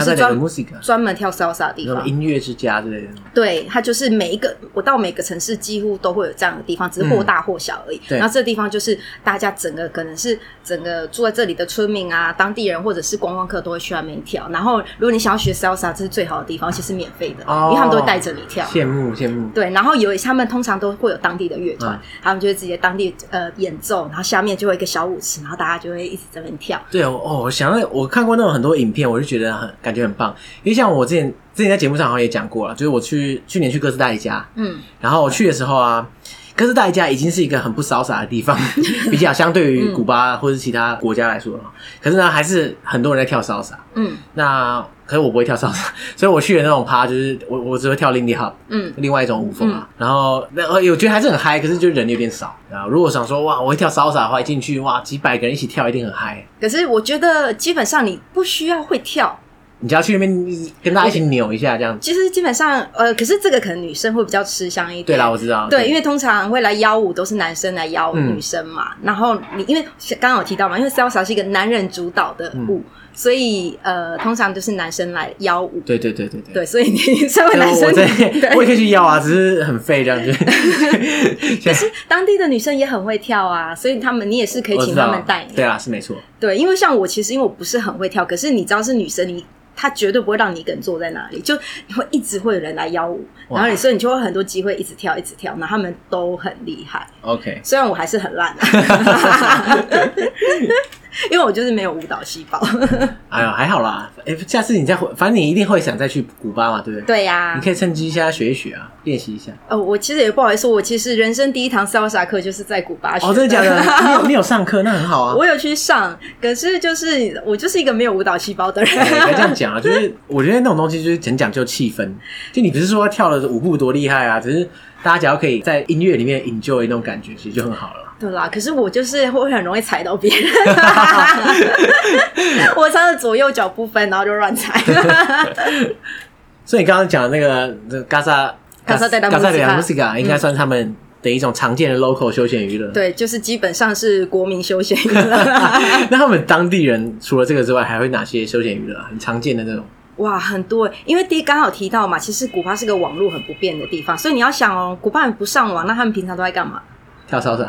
他
是
在那
专
个 music，啊
专门跳 salsa 的地
那种
方。
音乐之家之类的。
对，它就是每一个，我到每个城市几乎都会有这样的地方，只是或大或小而已。
嗯对
然后这个地方就是大家整个可能是整个住在这里的村民啊、当地人或者是观光客都会去那边跳。然后如果你想要学 salsa，这是最好的地方，而且是免费的，
哦
因为他们都会带着你跳。
羡慕羡慕。
对，然后有他们通常都会有当地的乐团，
嗯
他们就会直接当地呃演奏，然后下面就会有一个小舞池，然后大家就会一直在那边跳。
对我哦，我想到我看过那种很多影片，我就觉得很感觉很棒。因为像我之前之前在节目上好像也讲过了，就是我去去年去哥斯达黎加，
嗯，
然后我去的时候啊，哥斯达黎加已经是一个很不潇洒的地 方，比较相对于古巴或是其他国家来说的话，可是呢还是很多人在跳潇洒。
嗯
那可是我不会跳潇洒，所以我去的那种趴就是我我只会跳 Lindy Hop。
嗯，
另外一种舞风啊。然后那呃，我觉得还是很嗨，可是就人有点少啊。如果想说哇，我会跳 salsa 的话，一进去哇，几百个人一起跳，一定很嗨。
可是我觉得基本上你不需要会跳，
你只要去那边跟大家一起扭一下，这样子。
其实基本上呃，可是这个可能女生会比较吃香一点。
对啦，我知道。
对，因为通常会来邀舞都是男生来邀
嗯
女生嘛，然后你因为刚刚有提到嘛，因为 salsa 是一个男人主导的
嗯
舞，所以呃，通常就是男生来邀舞。
对对对对对。
对，所以你 身为
所以
男 生，
我在
对，
我也可以去邀啊，只是很废这样 子。可是
当地的女生也很会跳啊，所以他们你也是可以请他们带你。
对啦，是没错。
对，因为像我其实因为我不是很会跳，可是你知道是女生，你他绝对不会让你一个人坐在那里，就你会一直会有人来邀舞，然后你所以你就会很多机会一直跳一直跳，然后他们都很厉 害。
OK，
虽然我还是很烂、啊， 因为我就是没有舞蹈细胞。
哎呦，还好啦。哎、下次你再回，反正你一定会想再去古巴嘛，对不对？
对啊呀、
你可以趁机一下学一学啊，练习一下。
呃，我其实也不好意思，我其实人生第一堂 salsa 课就是在古巴学
哦，真的假的？你有你有上课，那很好啊。
我有去上，可是就是我就是一个没有舞蹈细胞的人。
哎不要这样讲啊，就是我觉得那种东西就是很讲究气氛，就你不是说跳的舞步多厉害啊，只是大家只要可以在音乐里面 enjoy 那种感觉，其实就很好了。
对啦，可是我就是会很容易踩到别人，我常常左右脚不分，然后就乱踩。
所以你刚刚讲的那个这嘎萨
Casa de la
嘎萨的
Música 嗯
musica 应该算他们的一种常见的 local 休闲娱乐。，
对，就是基本上是国民休闲娱乐。
那他们当地人除了这个之外，还会哪些休闲娱乐啊？很常见的那种。
哇，很多欸，因为第一刚好提到嘛，其实古巴是个网络很不便的地方，所以你要想哦，古巴人不上网，那他们平常都在干嘛？
跳操 场，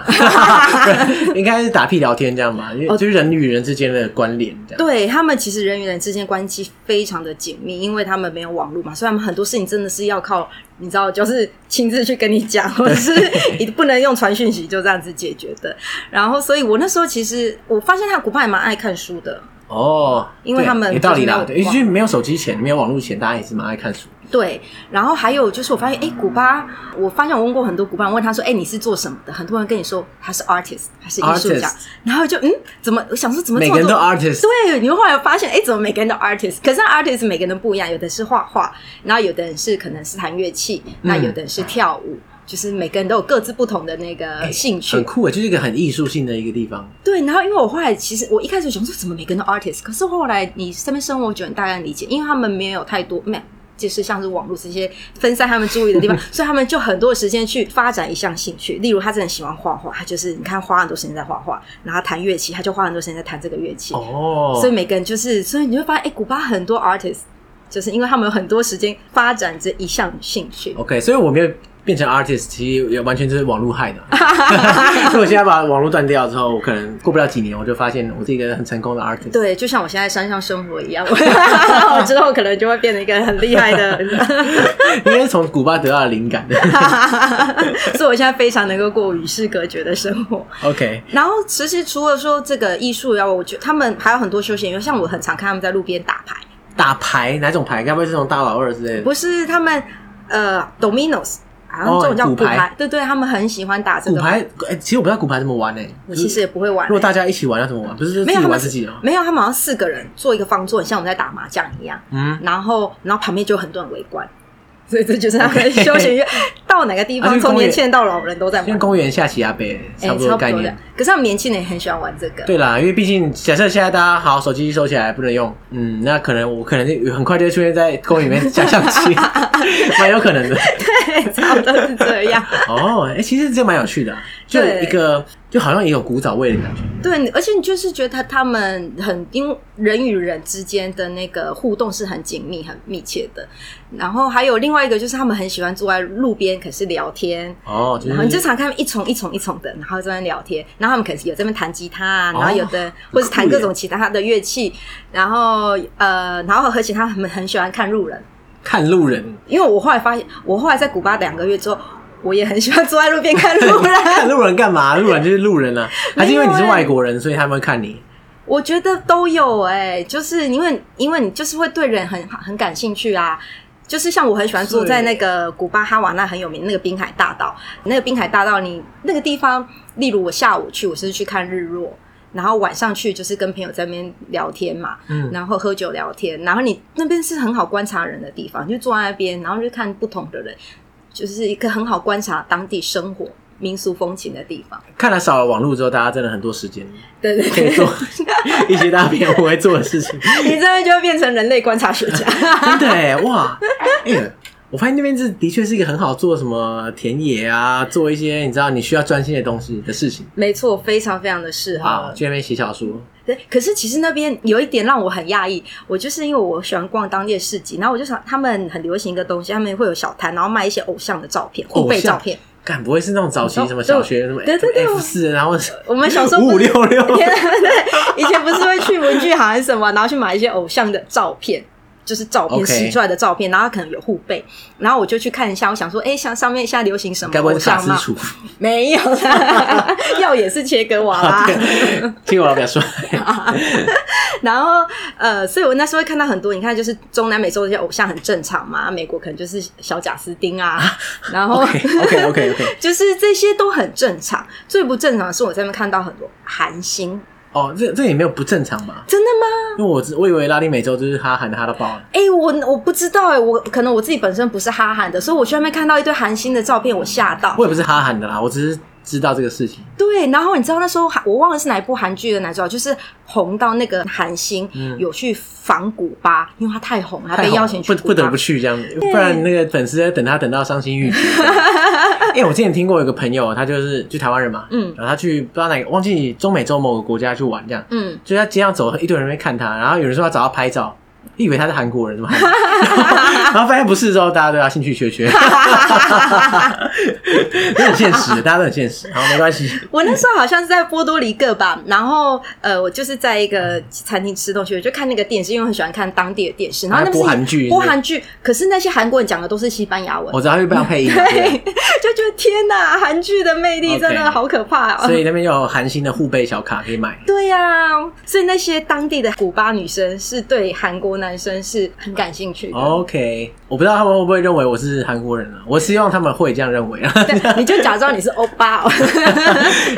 应该是打屁聊天这样吧，因为就是人与人之间的关联这样。
对他们其实人与人之间关系非常的紧密，因为他们没有网络嘛，所以他们很多事情真的是要靠你知道，就是亲自去跟你讲，或者 是你不能用传讯息就这样子解决的。然后，所以我那时候其实我发现他古巴也蛮爱看书的，
哦，
因为他们
对有道理啦，
就是
对，
没有
因为就是没有手机前，没有网络前，大家也是蛮爱看书。
对，然后还有就是，我发现，哎，古巴，我发现我问过很多古巴人，问他说，哎，你是做什么的？很多人跟你说他是 artist，他是艺术家
Artist
然后就嗯，怎么？我想说怎么这
每
么
个人都
多
artist，
对，你会后来发现，哎，怎么每个人都 artist？可是 artist 每个人都不一样，有的是画画，然后有的人是可能是弹乐器，
嗯
那有的人是跳舞，就是每个人都有各自不同的那
哎
个兴趣
很。酷诶，就是一个很艺术性的一个地方。
对，然后因为我后来其实我一开始想说怎么每个人都 artist，可是后来你身边生活，我觉得大概理解，因为他们没有太多没有。就是像是网络这些分散他们注意的地方，所以他们就很多时间去发展一项兴趣。例如，他真的喜欢画画，他就是你看花很多时间在画画，然后弹乐器，他就花很多时间在弹这个乐器。
哦
所以每个人就是，所以你会发现，哎、古巴很多 artist，就是因为他们有很多时间发展这一项兴趣。
，OK，所以我没有变成 artist，其实也完全就是网络 害的。所以我现在把网络断掉之后，我可能过不了几年，我就发现我是一个很成功的 artist。
对，就像我现在山上生活一样，我我 之后可能就会变成一个很厉害的，
因为是从古巴得到的灵感。
所以我现在非常能够过与世隔绝的生 活。
OK，
然后其实除了说这个艺术以外，我觉得他们还有很多休闲娱乐，像我很常看他们在路边打牌，
打牌哪种牌？该不会是那种大老二之类的？
不是他们呃 dominos，好像
哦
这种叫
骨
骨
牌
牌，对对，他们很喜欢打这
骨
个。
牌，哎、其实我不知道骨牌怎么玩呢、
我其实也不会玩
如果大家一起玩要怎么玩？不是就是自
没
己
有他们
玩自己的啊吗？
没有他们好像四个人做一个方座，很像我们在打麻将一样。
嗯，
然后然后旁边就有很多人围观，所以这就是他们的休 闲娱乐。到哪个地
啊
方，
去公
从
园
年轻人到老人都在
像
玩，
公园下棋啊，呗，
哎
差不多的概念。
的。可是他们年轻人也很喜欢玩这个。
对啦，因为毕竟假设现在大家好，手机收起来不能用，嗯，那可能我可能就很快就会出现在公园里面下象 棋，蛮有可能的。
对， 差不多是这样。
哦，哎、其实这蛮有趣的啊、就
对
一个就好像也有古早味的感觉。
对，而且你就是觉得他们很，因为人与人之间的那个互动是很紧密、很密切的。然后还有另外一个就是他们很喜欢坐在路边，可是聊天，
哦，就
然后你就是常看他们一丛一丛一丛的，然后在那边聊天，然后他们可能有这边弹吉他啊，
哦
然后有的、或是弹
很酷耶
各种其他的乐器，然后呃，然后而且他们很喜欢看路人，
看路人，
因为我后来发现，我后来在古巴两个月之后，我也很喜欢坐在路边看路人，
看路人干 嘛？路人就是路人啊，还是因为你是
没有欸
外国人，所以他们会看你。
我觉得都有哎、就是因为因为你就是会对人很很感兴趣啊。就是像我很喜欢住
是
在那个古巴哈瓦那很有名的那个滨海大道，那个滨海大道你那个地方，例如我下午去，我是去看日落，然后晚上去就是跟朋友在那边聊天嘛，
嗯
然后喝酒聊天，然后你那边是很好观察人的地方，你就坐在那边，然后就看不同的人，就是一个很好观察当地生活、民俗风情的地方。
看了少了网络之后，大家真的很多时间
对对
可
对
以，做一些大家平常不会做的事情。
你这边就会变成人类观察学家。
真的哎，哇，哎、我发现那边是的确是一个很好做什么田野啊，做一些你知道你需要专心的东西的事情
没错，非常非常的适
啊，
合。
去那边写小说。
对，可是其实那边有一点让我很讶异，我就是因为我喜欢逛当地的市集，然后我就想他们很流行一个东西，他们会有小摊，然后卖一些偶像的照片、
偶像
互背照片。
干不会是那种早期什么小学什么
对对对
F 四，然后
我们小时候
五
不
五
是
六六，
对，以前不是会去文具行还是什么，然后去买一些偶像的照片。就是照片
OK
洗出来的照片，然后它可能有护背，然后我就去看一下，我想说，哎，像上面现在流行什么
该不会
偶
是卡
像
斯
吗？
楚？
没有啦， 要也是切格瓦拉。
听我老表 说，
然后呃，所以我那时候会看到很多，你看就是中南美洲的一些偶像很正常嘛，美国可能就是小贾斯汀啊， 然后
OK OK OK，
就是这些都很正常。最不正常的是我在那边看到很多韩星，
哦，这这也没有不正常嘛，
真的吗？
因为我只我以为拉丁美洲就是哈喊哈到爆了。
哎、我我不知道哎、我可能我自己本身不是哈韩的，所以我去那边看到一堆韩星的照片，我吓到。
我也不是哈喊的啦，我只是知道这个事情。
对，然后你知道那时候韩我忘了是哪一部韩剧的哪一种，啊就是红到那个韩星有去访古巴，因为他太红了，他
嗯太
被
好
邀
了
请去
不
古
不得
巴
不去这样，不然那个粉丝在等他等到伤心 欲绝。因为我之前听过有个朋友，他就是就台湾人嘛，
嗯
然后他去不知道哪个忘记中美洲某个国家去玩这样，
嗯，
就在街上走，一堆人会看他，然后有人说要找他拍照，以为他是韩国人，怎么 韩国人然后发现不是之后，大家对他兴趣缺缺，都很现实，大家都很现实，好没关系，
我那时候好像是在波多黎各吧，然后呃，我就是在一个餐厅吃东西，我就看那个电视，因为我很喜欢看当地的电视，然后那边
啊还播韩剧是不是
播韩剧，可是那些韩国人讲的都是西班牙文
我，知道他就不要配音，啊
对，就觉得天哪，韩剧的魅力
OK
真的好可怕哦。
所以那边有韩星的护背小卡可以买。
对呀、所以那些当地的古巴女生是对韩国男生是很感兴趣的。
哦 OK，我不知道他们会不会认为我是韩国人啊？我希望他们会这样认为啊，
对，你就假装你是欧巴、哦。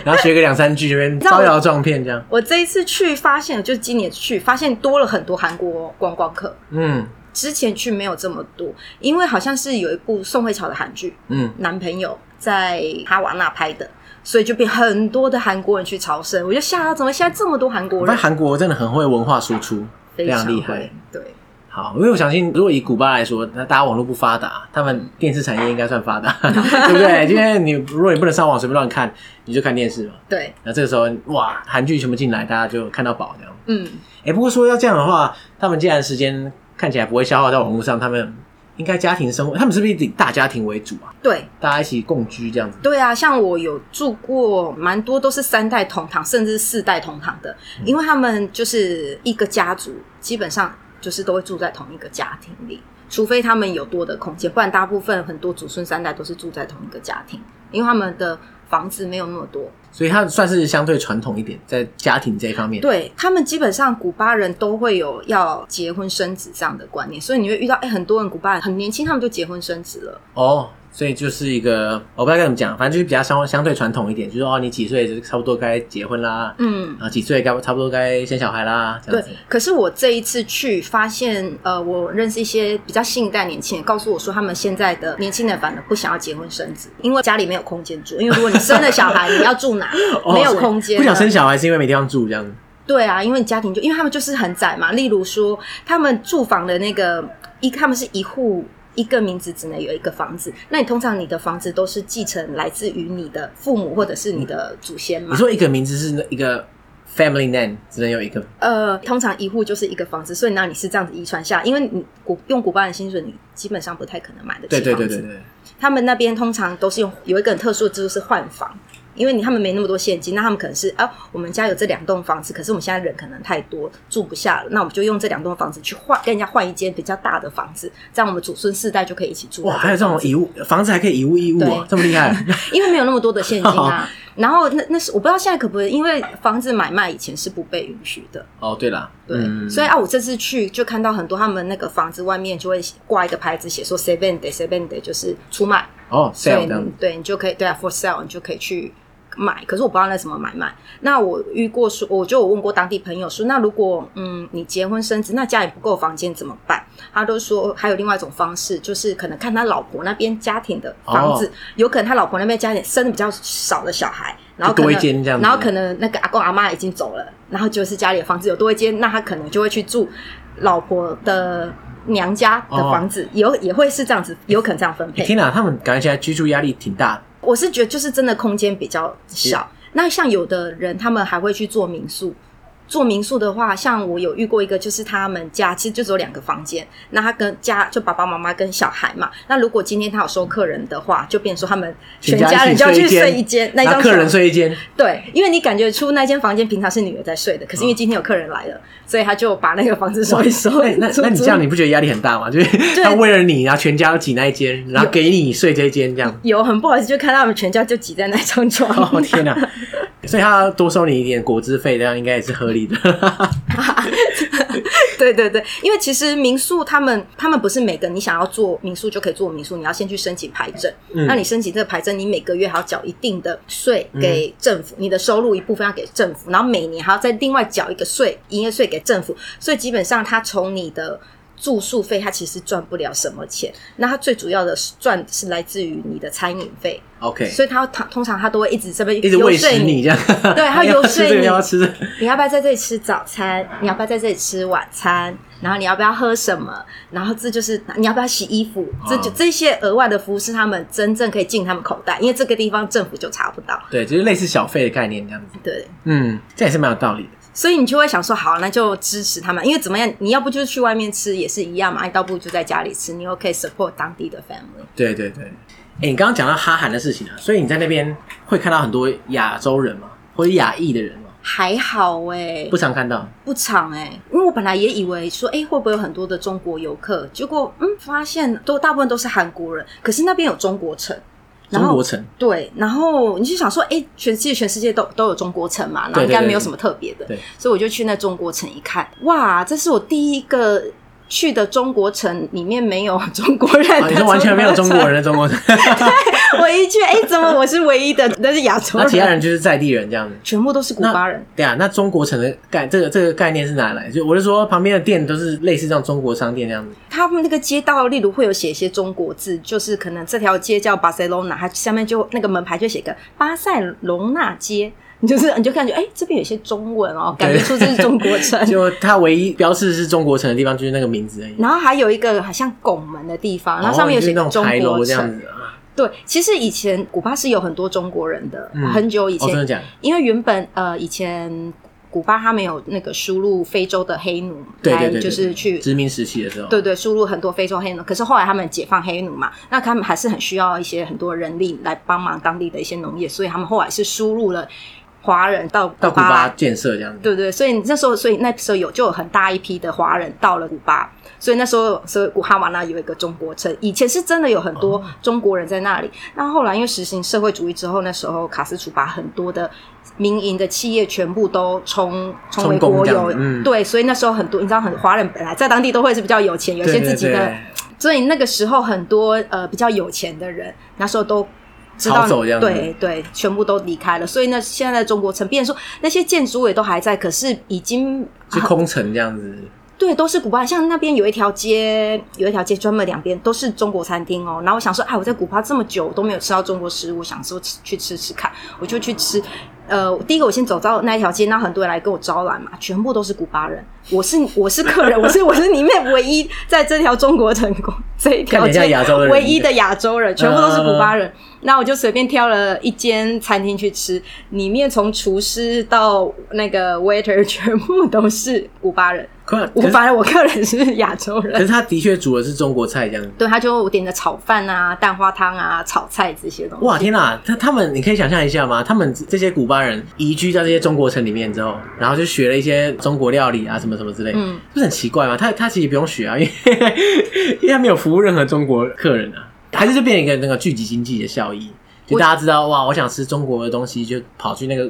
然后学个两三句，这边
知道我
招摇撞骗这样。
我这一次去发现，就今年去发现多了很多韩国观光客，
嗯
之前去没有这么多，因为好像是有一部宋慧乔的韩剧，
嗯，
男朋友在哈瓦那拍的，所以就被很多的韩国人去朝圣，我就吓到，怎么现在这么多韩
我
国
发现
人？
韩国真的很会文化输出，
非
非常
常
厉
会
害。，
对，
好，因为我相信，如果以古巴来说，那大家网络不发达，他们电视产业应该算发达， 对不 对？因为你如果你不能上网随便乱看，你就看电视嘛。
对，
那这个时候，哇，韩剧全部进来，大家就看到饱这样。
嗯，
哎、不过说要这样的话，他们既然时间看起来不会消耗在网络上，他们应该家庭生活，他们是不是以大家庭为主啊？
对，
大家一起共居这样子？
对啊，像我有住过蛮多都是三代同堂，甚至四代同堂的，因为他们就是一个家族，基本上就是都会住在同一个家庭里，除非他们有多的空间，不然大部分很多祖孙三代都是住在同一个家庭，因为他们的房子没有那么多。
所以他算是相对传统一点，在家庭这一方面。
对他们基本上古巴人都会有要结婚生子这样的观念，所以你会遇到哎、很多人古巴人很年轻，他们就结婚生子了。
哦，所以就是一个我不知道该怎么讲，反正就是比较相相对传统一点，就是哦，你几岁就差不多该结婚啦，
嗯，
啊，几岁该差不多该生小孩啦，这样
对
子。，
可是我这一次去发现，呃，我认识一些比较新一代年轻人，告诉我说他们现在的年轻人反而不想要结婚生子，因为家里没有空间住。因为如果你生了小孩，你要住哪？
哦
没有
所以
空间啊
不想
了
生小孩是因为没地方住这样子。
对啊，因为家庭就因为他们就是很窄嘛。例如说，他们住房的那个一，他们是一户。一个名字只能有一个房子，那你通常你的房子都是继承来自于你的父母或者是你的祖先嘛
你？说一个名字是一个 family name，只能有一个
呃，通常一户就是一个房子，所以呢，你是这样子遗传下来，因为你古用古巴人薪水，你基本上不太可能买得起
对
房子。
对对对对。
他们那边通常都是用有一个很特殊的制度是换房，因为你他们没那么多现金，那他们可能是啊，我们家有这两栋房子，可是我们现在人可能太多住不下了，那我们就用这两栋房子去换跟人家换一间比较大的房子，这样我们祖孙世代就可以一起住。
哇，还有这种遗物房子还可以遗物义物啊
对，
这么厉害！
因为没有那么多的现 金啊。然后那那是我不知道现在可不可以，因为房子买卖以前是不被允许的。
哦，对了，
对，
嗯
所以啊，我这次去就看到很多他们那个房子外面就会挂一个牌子，写说 seven day seven day 就是出卖，
哦
所以
，sale 这样
你
子，
对你就可以对啊 for sale 你就可以去买，可是我不知道那什么买卖。那我遇过说，我就有问过当地朋友说，那如果嗯你结婚生子，那家里不够房间怎么办？他都说还有另外一种方式，就是可能看他老婆那边家庭的房子，
哦
有可能他老婆那边家庭生的比较少的小孩，然后可
多
能
一间这样子
然后可能那个阿公阿妈已经走了，然后就是家里的房子有多一间，那他可能就会去住老婆的。娘家的
哦
房子、有也会是这样子，有可能这样分配。
欸天哪，他们感觉现在居住压力挺大的。
我是觉得就是真的空间比较小。那像有的人，他们还会去做民宿，做民宿的话，像我有遇过一个，就是他们家其实就只有两个房间，那他跟家就爸爸妈妈跟小孩嘛。那如果今天他有收客人的话，就变成说他们全家人就要去睡一间，那一
然后
张
客人
床
睡一间，
对，因为你感觉出那间房间平常是女儿在睡的，可是因为今天有客人来了，所以他就把那个房子收一 收。
那 那那你这样你不觉得压力很大吗？就是他为了你，然后全家都挤那一间，然后给你睡这一间这 样。
有很不好意思，就看到他们全家就挤在那张床。
哦天哪、所以他要多收你一点果汁费，这样应该也是合理的。
对对对，因为其实民宿他们他们不是每个你想要做民宿就可以做民宿，你要先去申请牌证。
嗯
那你申请这个牌证，你每个月还要缴一定的税给政府，你的收入一部分要给政府，然后每年还要再另外缴一个税，营业税给政府。所以基本上他从你的住宿费，他其实赚不了什么钱。那他最主要的是赚是来自于你的餐饮费，
OK，
所以他通通常他都会一直这边
一直
游
喂
说
食你这样，
对 他
要
游
吃
说
这个
你
要吃这个，
你要不要在这里吃早餐？你要不要在这里吃晚餐？然后你要不要喝什么？然后这就是你要不要洗衣服？这就
哦
这些额外的服务是他们真正可以进他们口袋，因为这个地方政府就查不到。
对，就是类似小费的概念这样子。
对，
嗯，这也是蛮有道理的。
所以你就会想说，好，那就支持他们，因为怎么样，你要不就是去外面吃也是一样嘛，你倒不如就在家里吃，你又可以 support 当地的 family。
对对对。哎、你刚刚讲到哈韩的事情啊，所以你在那边会看到很多亚洲人吗？或者亚裔的人吗？
还好哎、
不常看到。
不长哎、因为我本来也以为说，哎、会不会有很多的中国游客？结果嗯，发现都大部分都是韩国人，可是那边有中国城，然
中
后
国 城，对
对，然后你就想说，哎、全其实全世界都都有中国城嘛，那
对
应该
对
没有什么特别的，
对
所以我就去那中国城一看，哇，这是我第一个。去的中国城里面没有中国人、
啊，你说完全没有中国人。的中国城，
我一去，哎、怎么我是唯一的？ 但是亚 洲
那
人，
其他人就是在地人这样子。
全部都是古
那
巴人。
对啊，那中国城的概这个这个概念是哪来？就我是说，旁边的店都是类似像中国商店那样 子。。
他们那个街道，例如会有写一些中国字，就是可能这条街叫巴塞罗那，它下面就那个门牌就写个巴塞隆纳街，你就是你就感觉哎、这边有一些中文哦，感觉出这是中国城
就它唯一标示是中国城的地方，就是那个名字而已。
然后还有一个好像拱门的地方，然后
哦
上面有
就是
写
那种
中
牌楼
国
这样
城。
子啊，
对，其实以前古巴是有很多中国人的，
嗯
很久以
哦，真的
前，
假的？
因为原本呃以前古巴他们有那个输入非洲的黑奴
对对
来，
对对，
就是去
殖民时期的时候，
对对，输入很多非洲黑奴，可是后来他们解放黑奴嘛，那他们还是很需要一些很多人力来帮忙当地的一些农业，所以他们后来是输入了华人到
到
古
古巴建设这样子。
对对，所以那时候，所以那时候有就有很大一批的华人到了古巴，所以那时候，所以古哈瓦那有一个中国城，以前是真的有很
哦
多中国人在那里。那、后来因为实行社会主义之后，那时候卡斯楚把很多的民营的企业全部都充充
充
为
公
国
这样
有
子，嗯
对，所以那时候很多你知道很，华人本来在当地都会是比较有钱，有一
对
些
对
自己的，
对
所以那个时候很多呃比较有钱的人，那时候都知道
逃走这样子
对对，全部都离开了。所以呢，现在的中国城，变成说那些建筑物也都还在，可是已经、
是
啊
空城这样子。
对都是古巴。像那边有一条街，有一条街专门两边都是中国餐厅哦。然后我想说，哎，我在古巴这么久都没有吃到中国食物，我想说吃去吃吃看，我就去吃。呃，第一个我先走到那一条街，那很多人来跟我招揽嘛，全部都是古巴人。我是我是客人，我是我是里面唯一在这条中国城公这一条
看起来
街
像亚洲的人
唯一的亚洲人，全部都是古巴人。那我就随便挑了一间餐厅去吃，里面从厨师到那个 waiter 全部都是古巴人。
可
我
可是
反而我个人是亚洲
可
人。
是他的确煮的是中国菜这样子。
对，他就我点的炒饭啊、蛋花汤啊、炒菜这些东西。
哇天哪！他他们，你可以想象一下吗？他们这些古巴人移居到这些中国城里面之后，然后就学了一些中国料理啊，什么什么之类，
嗯
不是很奇怪吗？他他其实不用学啊，因 为因为他没有服务任何中国客人啊，还是就变成一个那个聚集经济的效益，就
我
大家知道哇，我想吃中国的东西，就跑去那个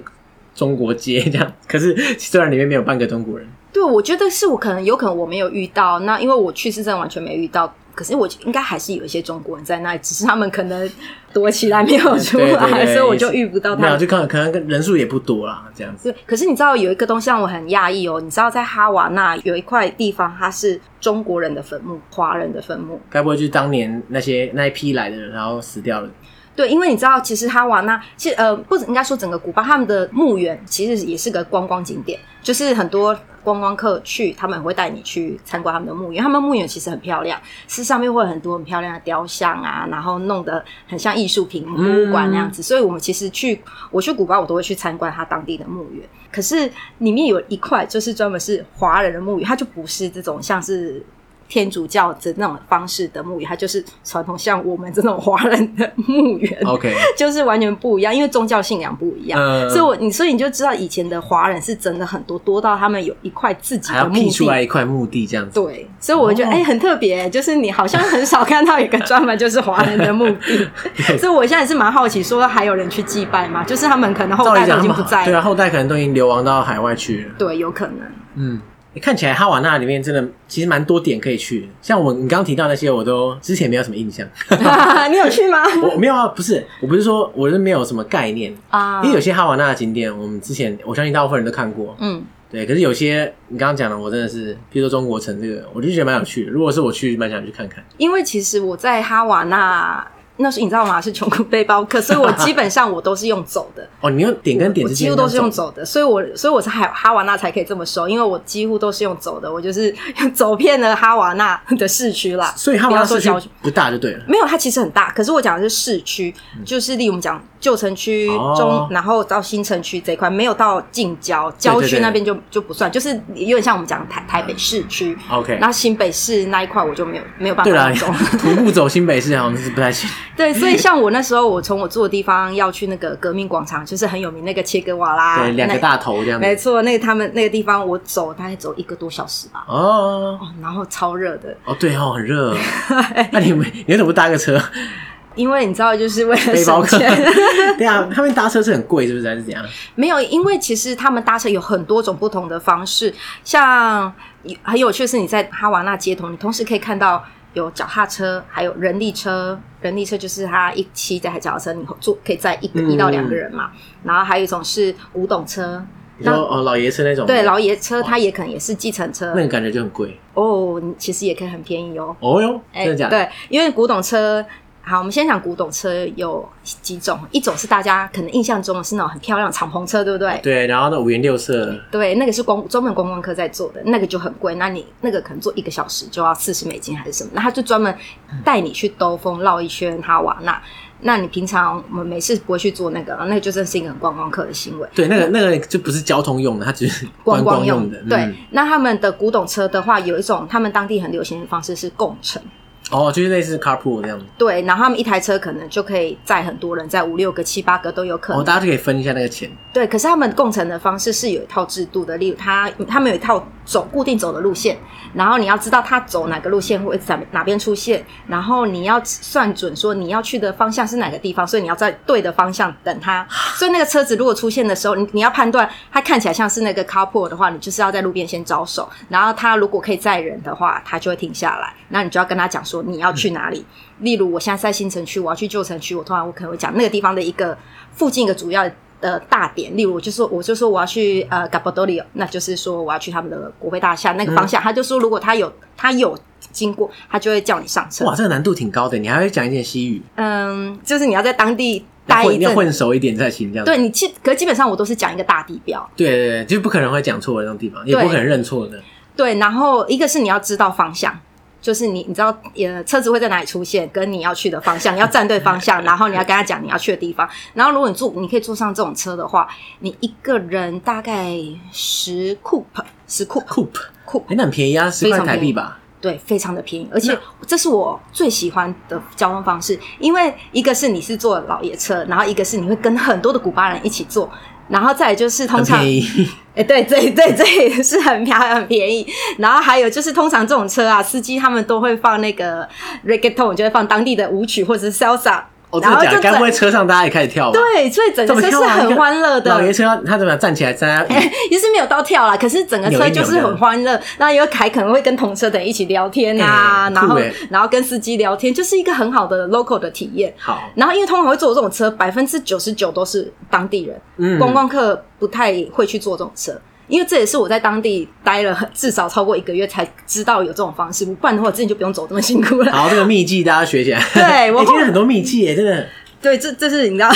中国街这样。可是虽然里面没有半个中国人，
对，我觉得是我可能有可能我没有遇到，那因为我去是真的完全没遇到。可是我应该还是有一些中国人在那里，只是他们可能躲起来没有出来，
对对对
所以我就遇不到他
没有，
们。
就可能可能人数也不多啦，这样子。
对，可是你知道有一个东西让我很讶异哦，你知道在哈瓦那有一块地方，它是中国人的坟墓，华人的坟墓。
该不会就是当年那些那一批来的人，然后死 掉了？
对，因为你知道，其实哈瓦那其实呃，不止应该说整个古巴，他们的墓园其实也是个观光景点，就是很多观光客去，他们也会带你去参观他们的墓园。他们墓园其实很漂亮，是上面会有很多很漂亮的雕像啊，然后弄得很像艺术品博物馆那样子。所以我们其实去，我去古巴，我都会去参观它当地的墓园。可是里面有一块就是专门是华人的墓园，它就不是这种像是。天主教的那种方式的墓园，它就是传统像我们这种华人的墓园。
OK，
就是完全不一样，因为宗教信仰不一样，
哦嗯
所以我你所以你就知道以前的华人是真的很多，多到他们有一块自己
还
的
要辟
墓
出来
地。
一块墓地这样子。
对，所以我觉得
哦
哎、很特别，就是你好像很少看到有一个专门就是华人的墓 地，所以我现在也是蛮好奇，说还有人去祭拜吗？就是他们可能后
照理
代都
讲
已
他
经
们
不在
对啊，
了，
后代可能都已经流亡到海外去了。
对，有可能。
嗯，欸看起来哈瓦那里面真的其实蛮多点可以去的，像我你刚刚提到那些，我都之前没有什么印 象。
你有去吗？
我没有啊，不是，我不是说我是没有什么概念，
啊
因为有些哈瓦那的景点，我们之前我相信大部分人都看过，
嗯，
对。可是有些你刚刚讲的，我真的是，比如说中国城这个，我就觉得蛮有趣的。如果是我去，蛮想去看看。
因为其实我在哈瓦那。那时候你知道吗？是穷苦背包客，所以我基本上我都是用走的。
哦，你用点跟 点
我
之
几
间
乎都是用
那种，
走的，所以我所以我是哈哈瓦那才可以这么熟，因为我几乎都是用走的，我就是走遍了哈瓦那的市区啦。
所以哈瓦那
不
市
要说
区
郊区
不大就对了。
没有，它其实很大，可是我讲的是市区，就是例如我们讲旧城区
嗯哦
中，然后到新城区这一块，没有到近郊，郊
对
区
对
那边就就不算，就是有点像我们讲台台北市区，
OK，
然后新北市那一块我就没有没有办
对啦
法 走。，
徒步走新北市好像是不太行。
对，所以像我那时候，我从我住的地方要去那个革命广场，就是很有名那个切格瓦拉，
对，两个
那
大头这样
没
子。
错，那个他们那个地方我走大概走一个多小时吧，
哦
哦，然后超热的，
哦，对哦，很 热哦。那你们你为什么不搭个车？
因为你知道，就是为了
背包客
省钱，？
对啊，他们搭车是很贵，是不是还是 怎样？
没有，因为其实他们搭车有很多种不同的方式，像很有趣的是你在哈瓦那街头，你同时可以看到。有脚踏车，还有人力车。人力车就是它一期在脚踏车，你坐可以载一个、
嗯
一到两个人嘛。然后还有一种是古董车，
你说
那
哦，老爷车那种，
对，老爷车，它也可能也是计程车
那。个感觉就很贵。
哦，你其实也可以很便宜哦。
哦哟，
哎
真的假的？
对，因为古董车，好，我们先讲古董车有几种，一种是大家可能印象中的是那种很漂亮的敞篷车，对不对？
对，然后那五颜六色，
对，那个是光专门观光客在做的，那个就很贵。那你那个可能坐一个小时就要四十美金还是什么？那他就专门带你去兜风绕一圈哈瓦那。那你平常我们没事不会去做那个，那个就真是一个很观光客的行为。
对，那个那个就不是交通用的，它只是
观
光
光用
的。
对
嗯，
那他们的古董车的话，有一种他们当地很流行的方式是共乘。
哦，就是类似 carpool 这样。
对，然后他们一台车可能就可以载很多人，载五六个、七八个都有可
哦，
能。
大家就可以分一下那个钱。
对，可是他们共乘的方式是有一套制度的，例如他他们有一套走固定走的路线，然后你要知道他走哪个路线会在哪边出现，然后你要算准说你要去的方向是哪个地方，所以你要在对的方向等他。所以那个车子如果出现的时候，你你要判断它看起来像是那个 carpool 的话，你就是要在路边先招手，然后他如果可以载人的话，他就会停下来，那你就要跟他讲说你要去哪里。例如我现在在新城区，我要去旧城区，我通常我可能会讲那个地方的一个附近一个主要的大点，例如我就说我就说我要去呃 g a b a d o l i o 那就是说我要去他们的国会大厦那个方向，他就说如果他有他有经过，他就会叫你上车
哇，。这个难度挺高的，你还会讲一点西语，
嗯，就是你要在当地
要
待一
混要
阵。
混熟一点才行，这样。
对你基，可基本上我都是讲一个大地标，
对对对，就不可能会讲错的那种地方，也不
对
可能认错的。
对，然后一个是你要知道方向，就是你你知道呃车子会在哪里出现，跟你要去的方向，你要站对 方向，然后你要跟他讲你要去的地方。然后如果你坐你可以坐上这种车的话，你一个人大概十 coup 十 coup
Coop，
coup
哎，那很便宜啊，十
非
块
常
台币
便宜
吧？
对，非常的便宜，而且这是我最喜欢的交通方式，因为一个是你是坐老爷车，然后一个是你会跟很多的古巴人一起坐，然后再来就是通
很
常
便宜。
哎、对，这这这也是很便很便宜。然后还有就是，通常这种车啊，司机他们都会放那个 reggaeton，就会放当地的舞曲或者是 salsa，、
哦，真
然
的
后
假
就
的？该不会
整
车上大家也开始跳吧？
对，所以整
怎
个
么
车
跳
是
啊，
很欢乐
老爷
的。
车要他怎么样站起来站在？
也是没有到跳啦，可是整个
扭一
车
扭
就是很欢乐。那有还可能会跟同车的人一起聊天啊，
哎
然
酷
后
哎
然后跟司机聊天，就是一个很好的 local 的体验。
好，
然后因为通常会坐这种车，百分之九十九都是当地人，
嗯
观光客不太会去坐这种车。因为这也是我在当地待了很至少超过一个月才知道有这种方式，不然的话我之前就不用走这么辛苦了。
好，这个秘技大家学起来。
对我
欸
后
今天很多秘技耶，真的
对，这这是你知道，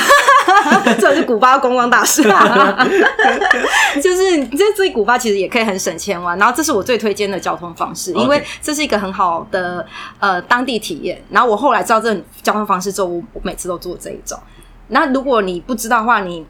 这是古巴观光大使， 就是这这古巴其实也可以很省钱玩。然后这是我最推荐的交通方式，因为
OK
这是一个很好的呃当地体验。然后我后来知道这种交通方式之后，我我每次都做这一种。那如果你不知道的话，你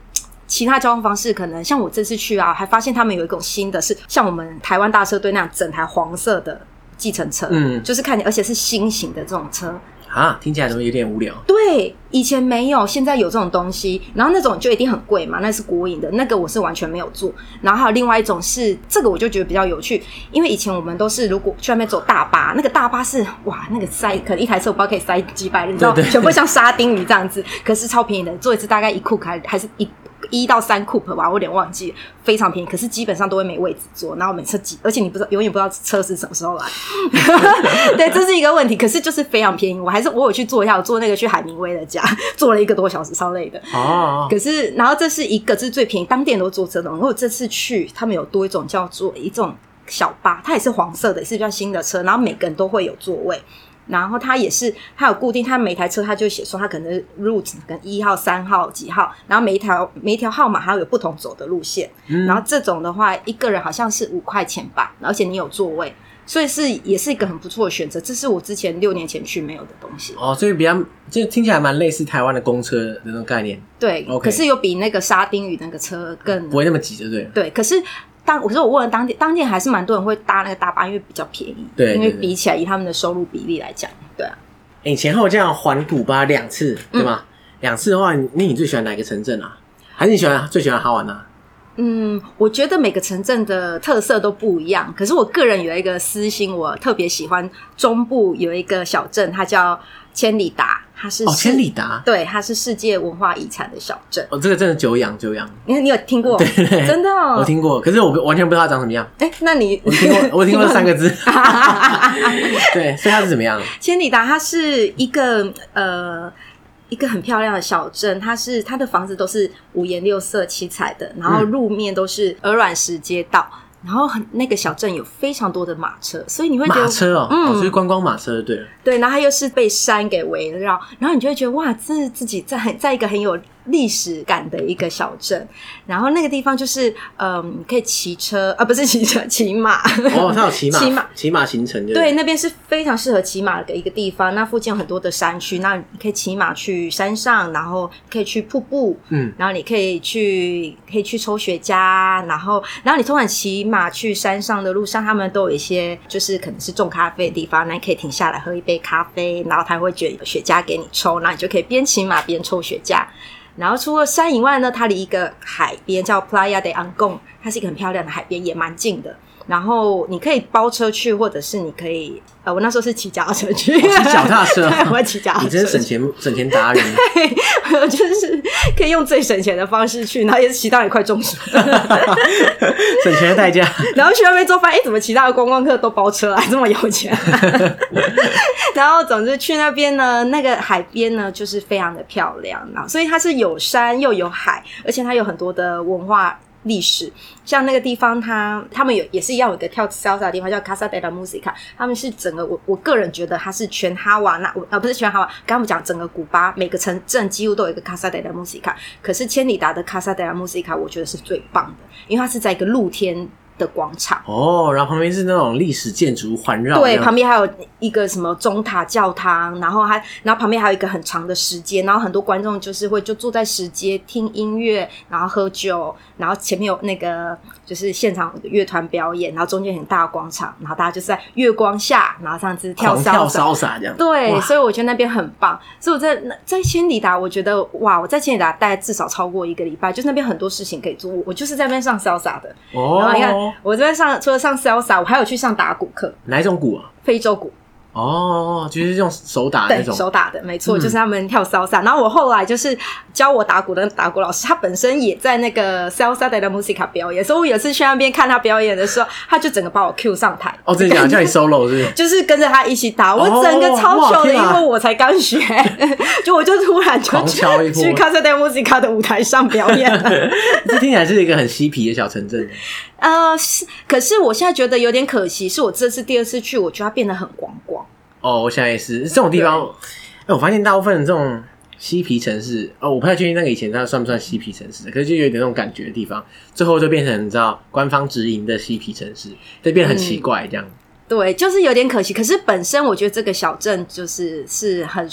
其他交通方式可能像我这次去啊，还发现他们有一种新的是像我们台湾大车队那样整台黄色的计程车，
嗯
就是看你而且是新型的这种车，
啊，听起来怎么有点无 聊？
对，以前没有，现在有这种东西，然后那种就一定很贵嘛，那是国营的，那个我是完全没有做。然后还有另外一种是，这个我就觉得比较有趣，因为以前我们都是如果去外面走大巴，那个大巴是哇，那个塞可能一台车我不知道可以塞几百人，你知道，
对对
全部像沙丁鱼这样子，可是超便宜的，坐一次大概一库克还还是一。一到三库克吧，我有点忘记了，非常便宜，可是基本上都会没位置坐，然后每次挤，而且你不知道永远不知道车是什么时 候来，对，这是一个问题。可是就是非常便宜，我还是我有去做一下，我做那个去海明威的家，做了一个多小时，超累的。
哦，
可是，然后这是一个，这是最便宜，当地人都做这种。然后我这次去，他们有多一种叫做一种小巴，它也是黄色的，也是比较新的车，然后每个人都会有座位。然后它也是，它有固定，它每台车它就写说它可能是 route 跟一号、三号几号，然后每一条每一条号码还有不同走的路线。
嗯
然后这种的话，一个人好像是五块钱吧，而且你有座位，所以是也是一个很不错的选择。这是我之前六年前去没有的东西。
哦，所以比较就听起来蛮类似台湾的公车的那种概念，
对
OK
可是有比那个沙丁鱼那个车更
不会那么挤，就对了。
对，可是当我说我问了当地，当地还是蛮多人会搭那个大巴，因为比较便宜。
对对
因为
对
比起来以他们的收入比例来讲，对啊，
哎、你前后这样环古巴两次，
嗯
对吗？两、次的话，你那你最喜欢哪个城镇啊？还是你喜欢最喜欢哈瓦那？
嗯，我觉得每个城镇的特色都不一样。可是我个人有一个私心，我特别喜欢中部有一个小镇，它叫千里达，它是
哦，
世
千里，达，
对，它是世界文化遗产的小镇。
哦，这个真的久仰久仰，
你你有听过？
对对对
真的、哦，
我。听过，可是我不完全不知道它长什么样。
哎，那你
我听 过，我听过三个字，
个
对，所以它是怎么样？
千里达它是一个呃一个很漂亮的小镇，它是它的房子都是五颜六色、七彩的，然后
嗯
路面都是鹅卵石街道，然后很那个小镇有非常多的马车，所以你会觉
马
得
车哦，
嗯
哦，所以观光马车就对 了。
对，然后它又是被山给围绕，然后你就会觉得哇，这是自己在很在一个很有历史感的一个小镇，然后那个地方就是嗯，可以骑车啊，不是骑车，骑马。
哦，它有骑马，
骑马
骑马行程就
对，那边是非常适合骑马的一个地方。那附近有很多的山区，那你可以骑马去山上，然后可以去瀑布，
嗯，
然后你可以去可以去抽雪茄，啊然后然后你通常骑马去山上的路上，他们都有一些就是可能是种咖啡的地方，那你可以停下来喝一杯咖啡，然后他会卷雪茄给你抽，然后你就可以边骑马边抽雪茄。然后除了山以外呢，它离一个海边叫 Playa de Angon，它是一个很漂亮的海边，也蛮近的。然后你可以包车去，或者是你可以，呃，我那时候是骑脚踏车去，
骑哦脚踏车
对我骑脚踏车去，
你真是省钱 省钱达人。
我 就是可以用最省钱的方式去，然后也是骑到你快中暑，
省钱的代价。
然后去那边之后发现，哎、怎么其他的观光客都包车啊，这么有钱、然后总之去那边呢，那个海边呢就是非常的漂亮，然后所以它是有山又有海，而且它有很多的文化。历史像那个地方它，他们有也是一样有一个跳 salsa 的地方叫 Casa de la Música，他们是整个我我个人觉得它是全哈瓦那我啊不是全哈瓦，刚刚我们讲整个古巴每个城镇几乎都有一个 Casa de la Música，可是千里达的 Casa de la Música 我觉得是最棒的，因为它是在一个露天的广场。
哦，然后旁边是那种历史建筑环绕，
对，旁
边
边还有一个什么中塔教堂，然后还然后旁边还有一个很长的石阶，然后很多观众就是会就坐在石阶听音乐，然后喝酒，然后前面有那个就是现场乐团表演，然后中间很大的广场，然后大家就是在月光下，然后这样子跳
狂跳
骚
潇洒这样。
对，
哇
所以我觉得那边很棒。所以我在那在千里达，我觉得哇，我在千里达待至少超过一个礼拜，就是那边很多事情可以做。我我就是在那边上潇洒的，然后你看
哦，
我这边上除了上潇洒，我还有去上打鼓课，
哪一种鼓啊？
非洲鼓。
哦，就是用手打那
对，
种。
手打的，没错，
嗯
就是他们跳 salsa。然后我后来就是教我打鼓的打鼓老师，他本身也在那个 salsa 的 musica 表演，所以我有一次去那边看他表演的时候，他就整个把我 Q 上台。
哦，真的假 的？叫你 solo 是不是？
就是跟着他一起打，我
哦
整个超糗
哇
的，
天
因
啊
为我才刚学， 就我就突然就
狂
去
敲一波
去 Casa de Musica 的舞台上表演了。
这听起来是一个很嬉皮的小城镇。
呃，是，可是我现在觉得有点可惜，是我这次第二次去，我觉得它变得很光光。
哦，我想也是，这种地方，哎，我发现大部分这种嬉皮城市哦，我不太确定那个以前它算不算嬉皮城市，可是就有点那种感觉的地方，最后就变成你知道官方直营的嬉皮城市，就变得很奇怪这样。
嗯对，就是有点可惜。可是本身我觉得这个小镇就是是很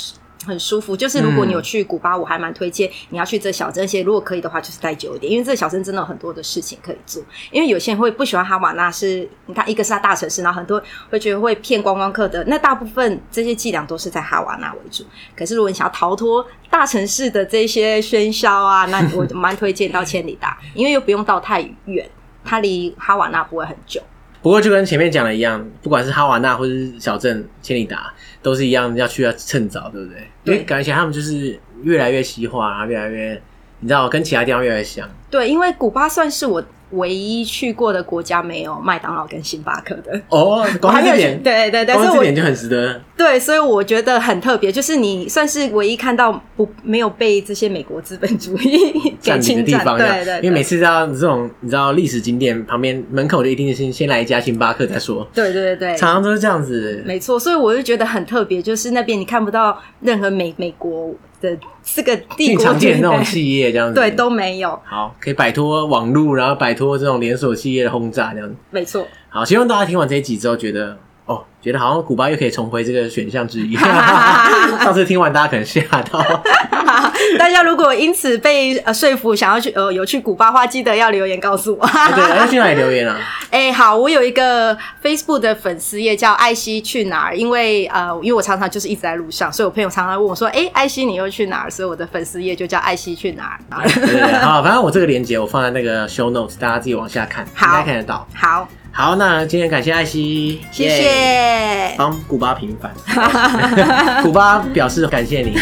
很舒服。就是如果你有去古巴，我还蛮推荐你要去这小镇。而且如果可以的话，就是待久一点，因为这小镇真的有很多的事情可以做。因为有些人会不喜欢哈瓦那是，你看一个是它大城市，然后很多会觉得会骗观光客的。那大部分这些伎俩都是在哈瓦那为主。可是如果你想要逃脱大城市的这些喧嚣啊，那我蛮推荐到千里达，因为又不用到太远，它离哈瓦那不会很久。
不过就跟前面讲的一样，不管是哈瓦那或是小镇千里达，都是一样要去要趁早，对不对？
对
因为感觉他们就是越来越西化，然后越来越，你知道，跟其他地方越来越像。
对，因为古巴算是我唯一去过的国家没有麦当劳跟星巴克的，
哦，
我
光
还
是
没有
这点，
去。对对对，
光
所
是
以
这
我
点就很值得。
对，所以我觉得很特别，就是你算是唯一看到不没有被这些美国资本主义给
占领的
侵
地
占，
方这样，
对对，
因为每
对
次到这种你知道历史景点旁边门口就一定是先先来一家星巴克再说，
对对对对。
常常都是这样子。
没错，所以我就觉得很特别，就是那边你看不到任何美美国的这个帝
进
国
常见的那种
对
企业这样子，
对都没有，
好，可以摆脱网络，然后摆脱这种连锁企业的轰炸这样子。
没错。
好，希望大家听完这一集之后觉得。哦，觉得好像古巴又可以重回这个选项 之一。上次听完大家可能吓到，
大家如果因此被呃说服，想要去呃有去古巴的话，记得要留言告诉我。
哎对，要去哪里留言啊？
哎、好，我有一个 Facebook 的粉丝页叫艾希去哪儿，因为呃，因为我常常就是一直在路上，所以我朋友常常问我说，哎、艾希你又去哪儿？所以我的粉丝页就叫艾希去哪儿哪儿。
对对对，好，反正我这个链接我放在那个 show notes，大家自己往下看，应
好
该看得到。
好，
好，那今天感谢艾希，
谢
耶
谢。
帮古巴 平反。古巴表示感谢你。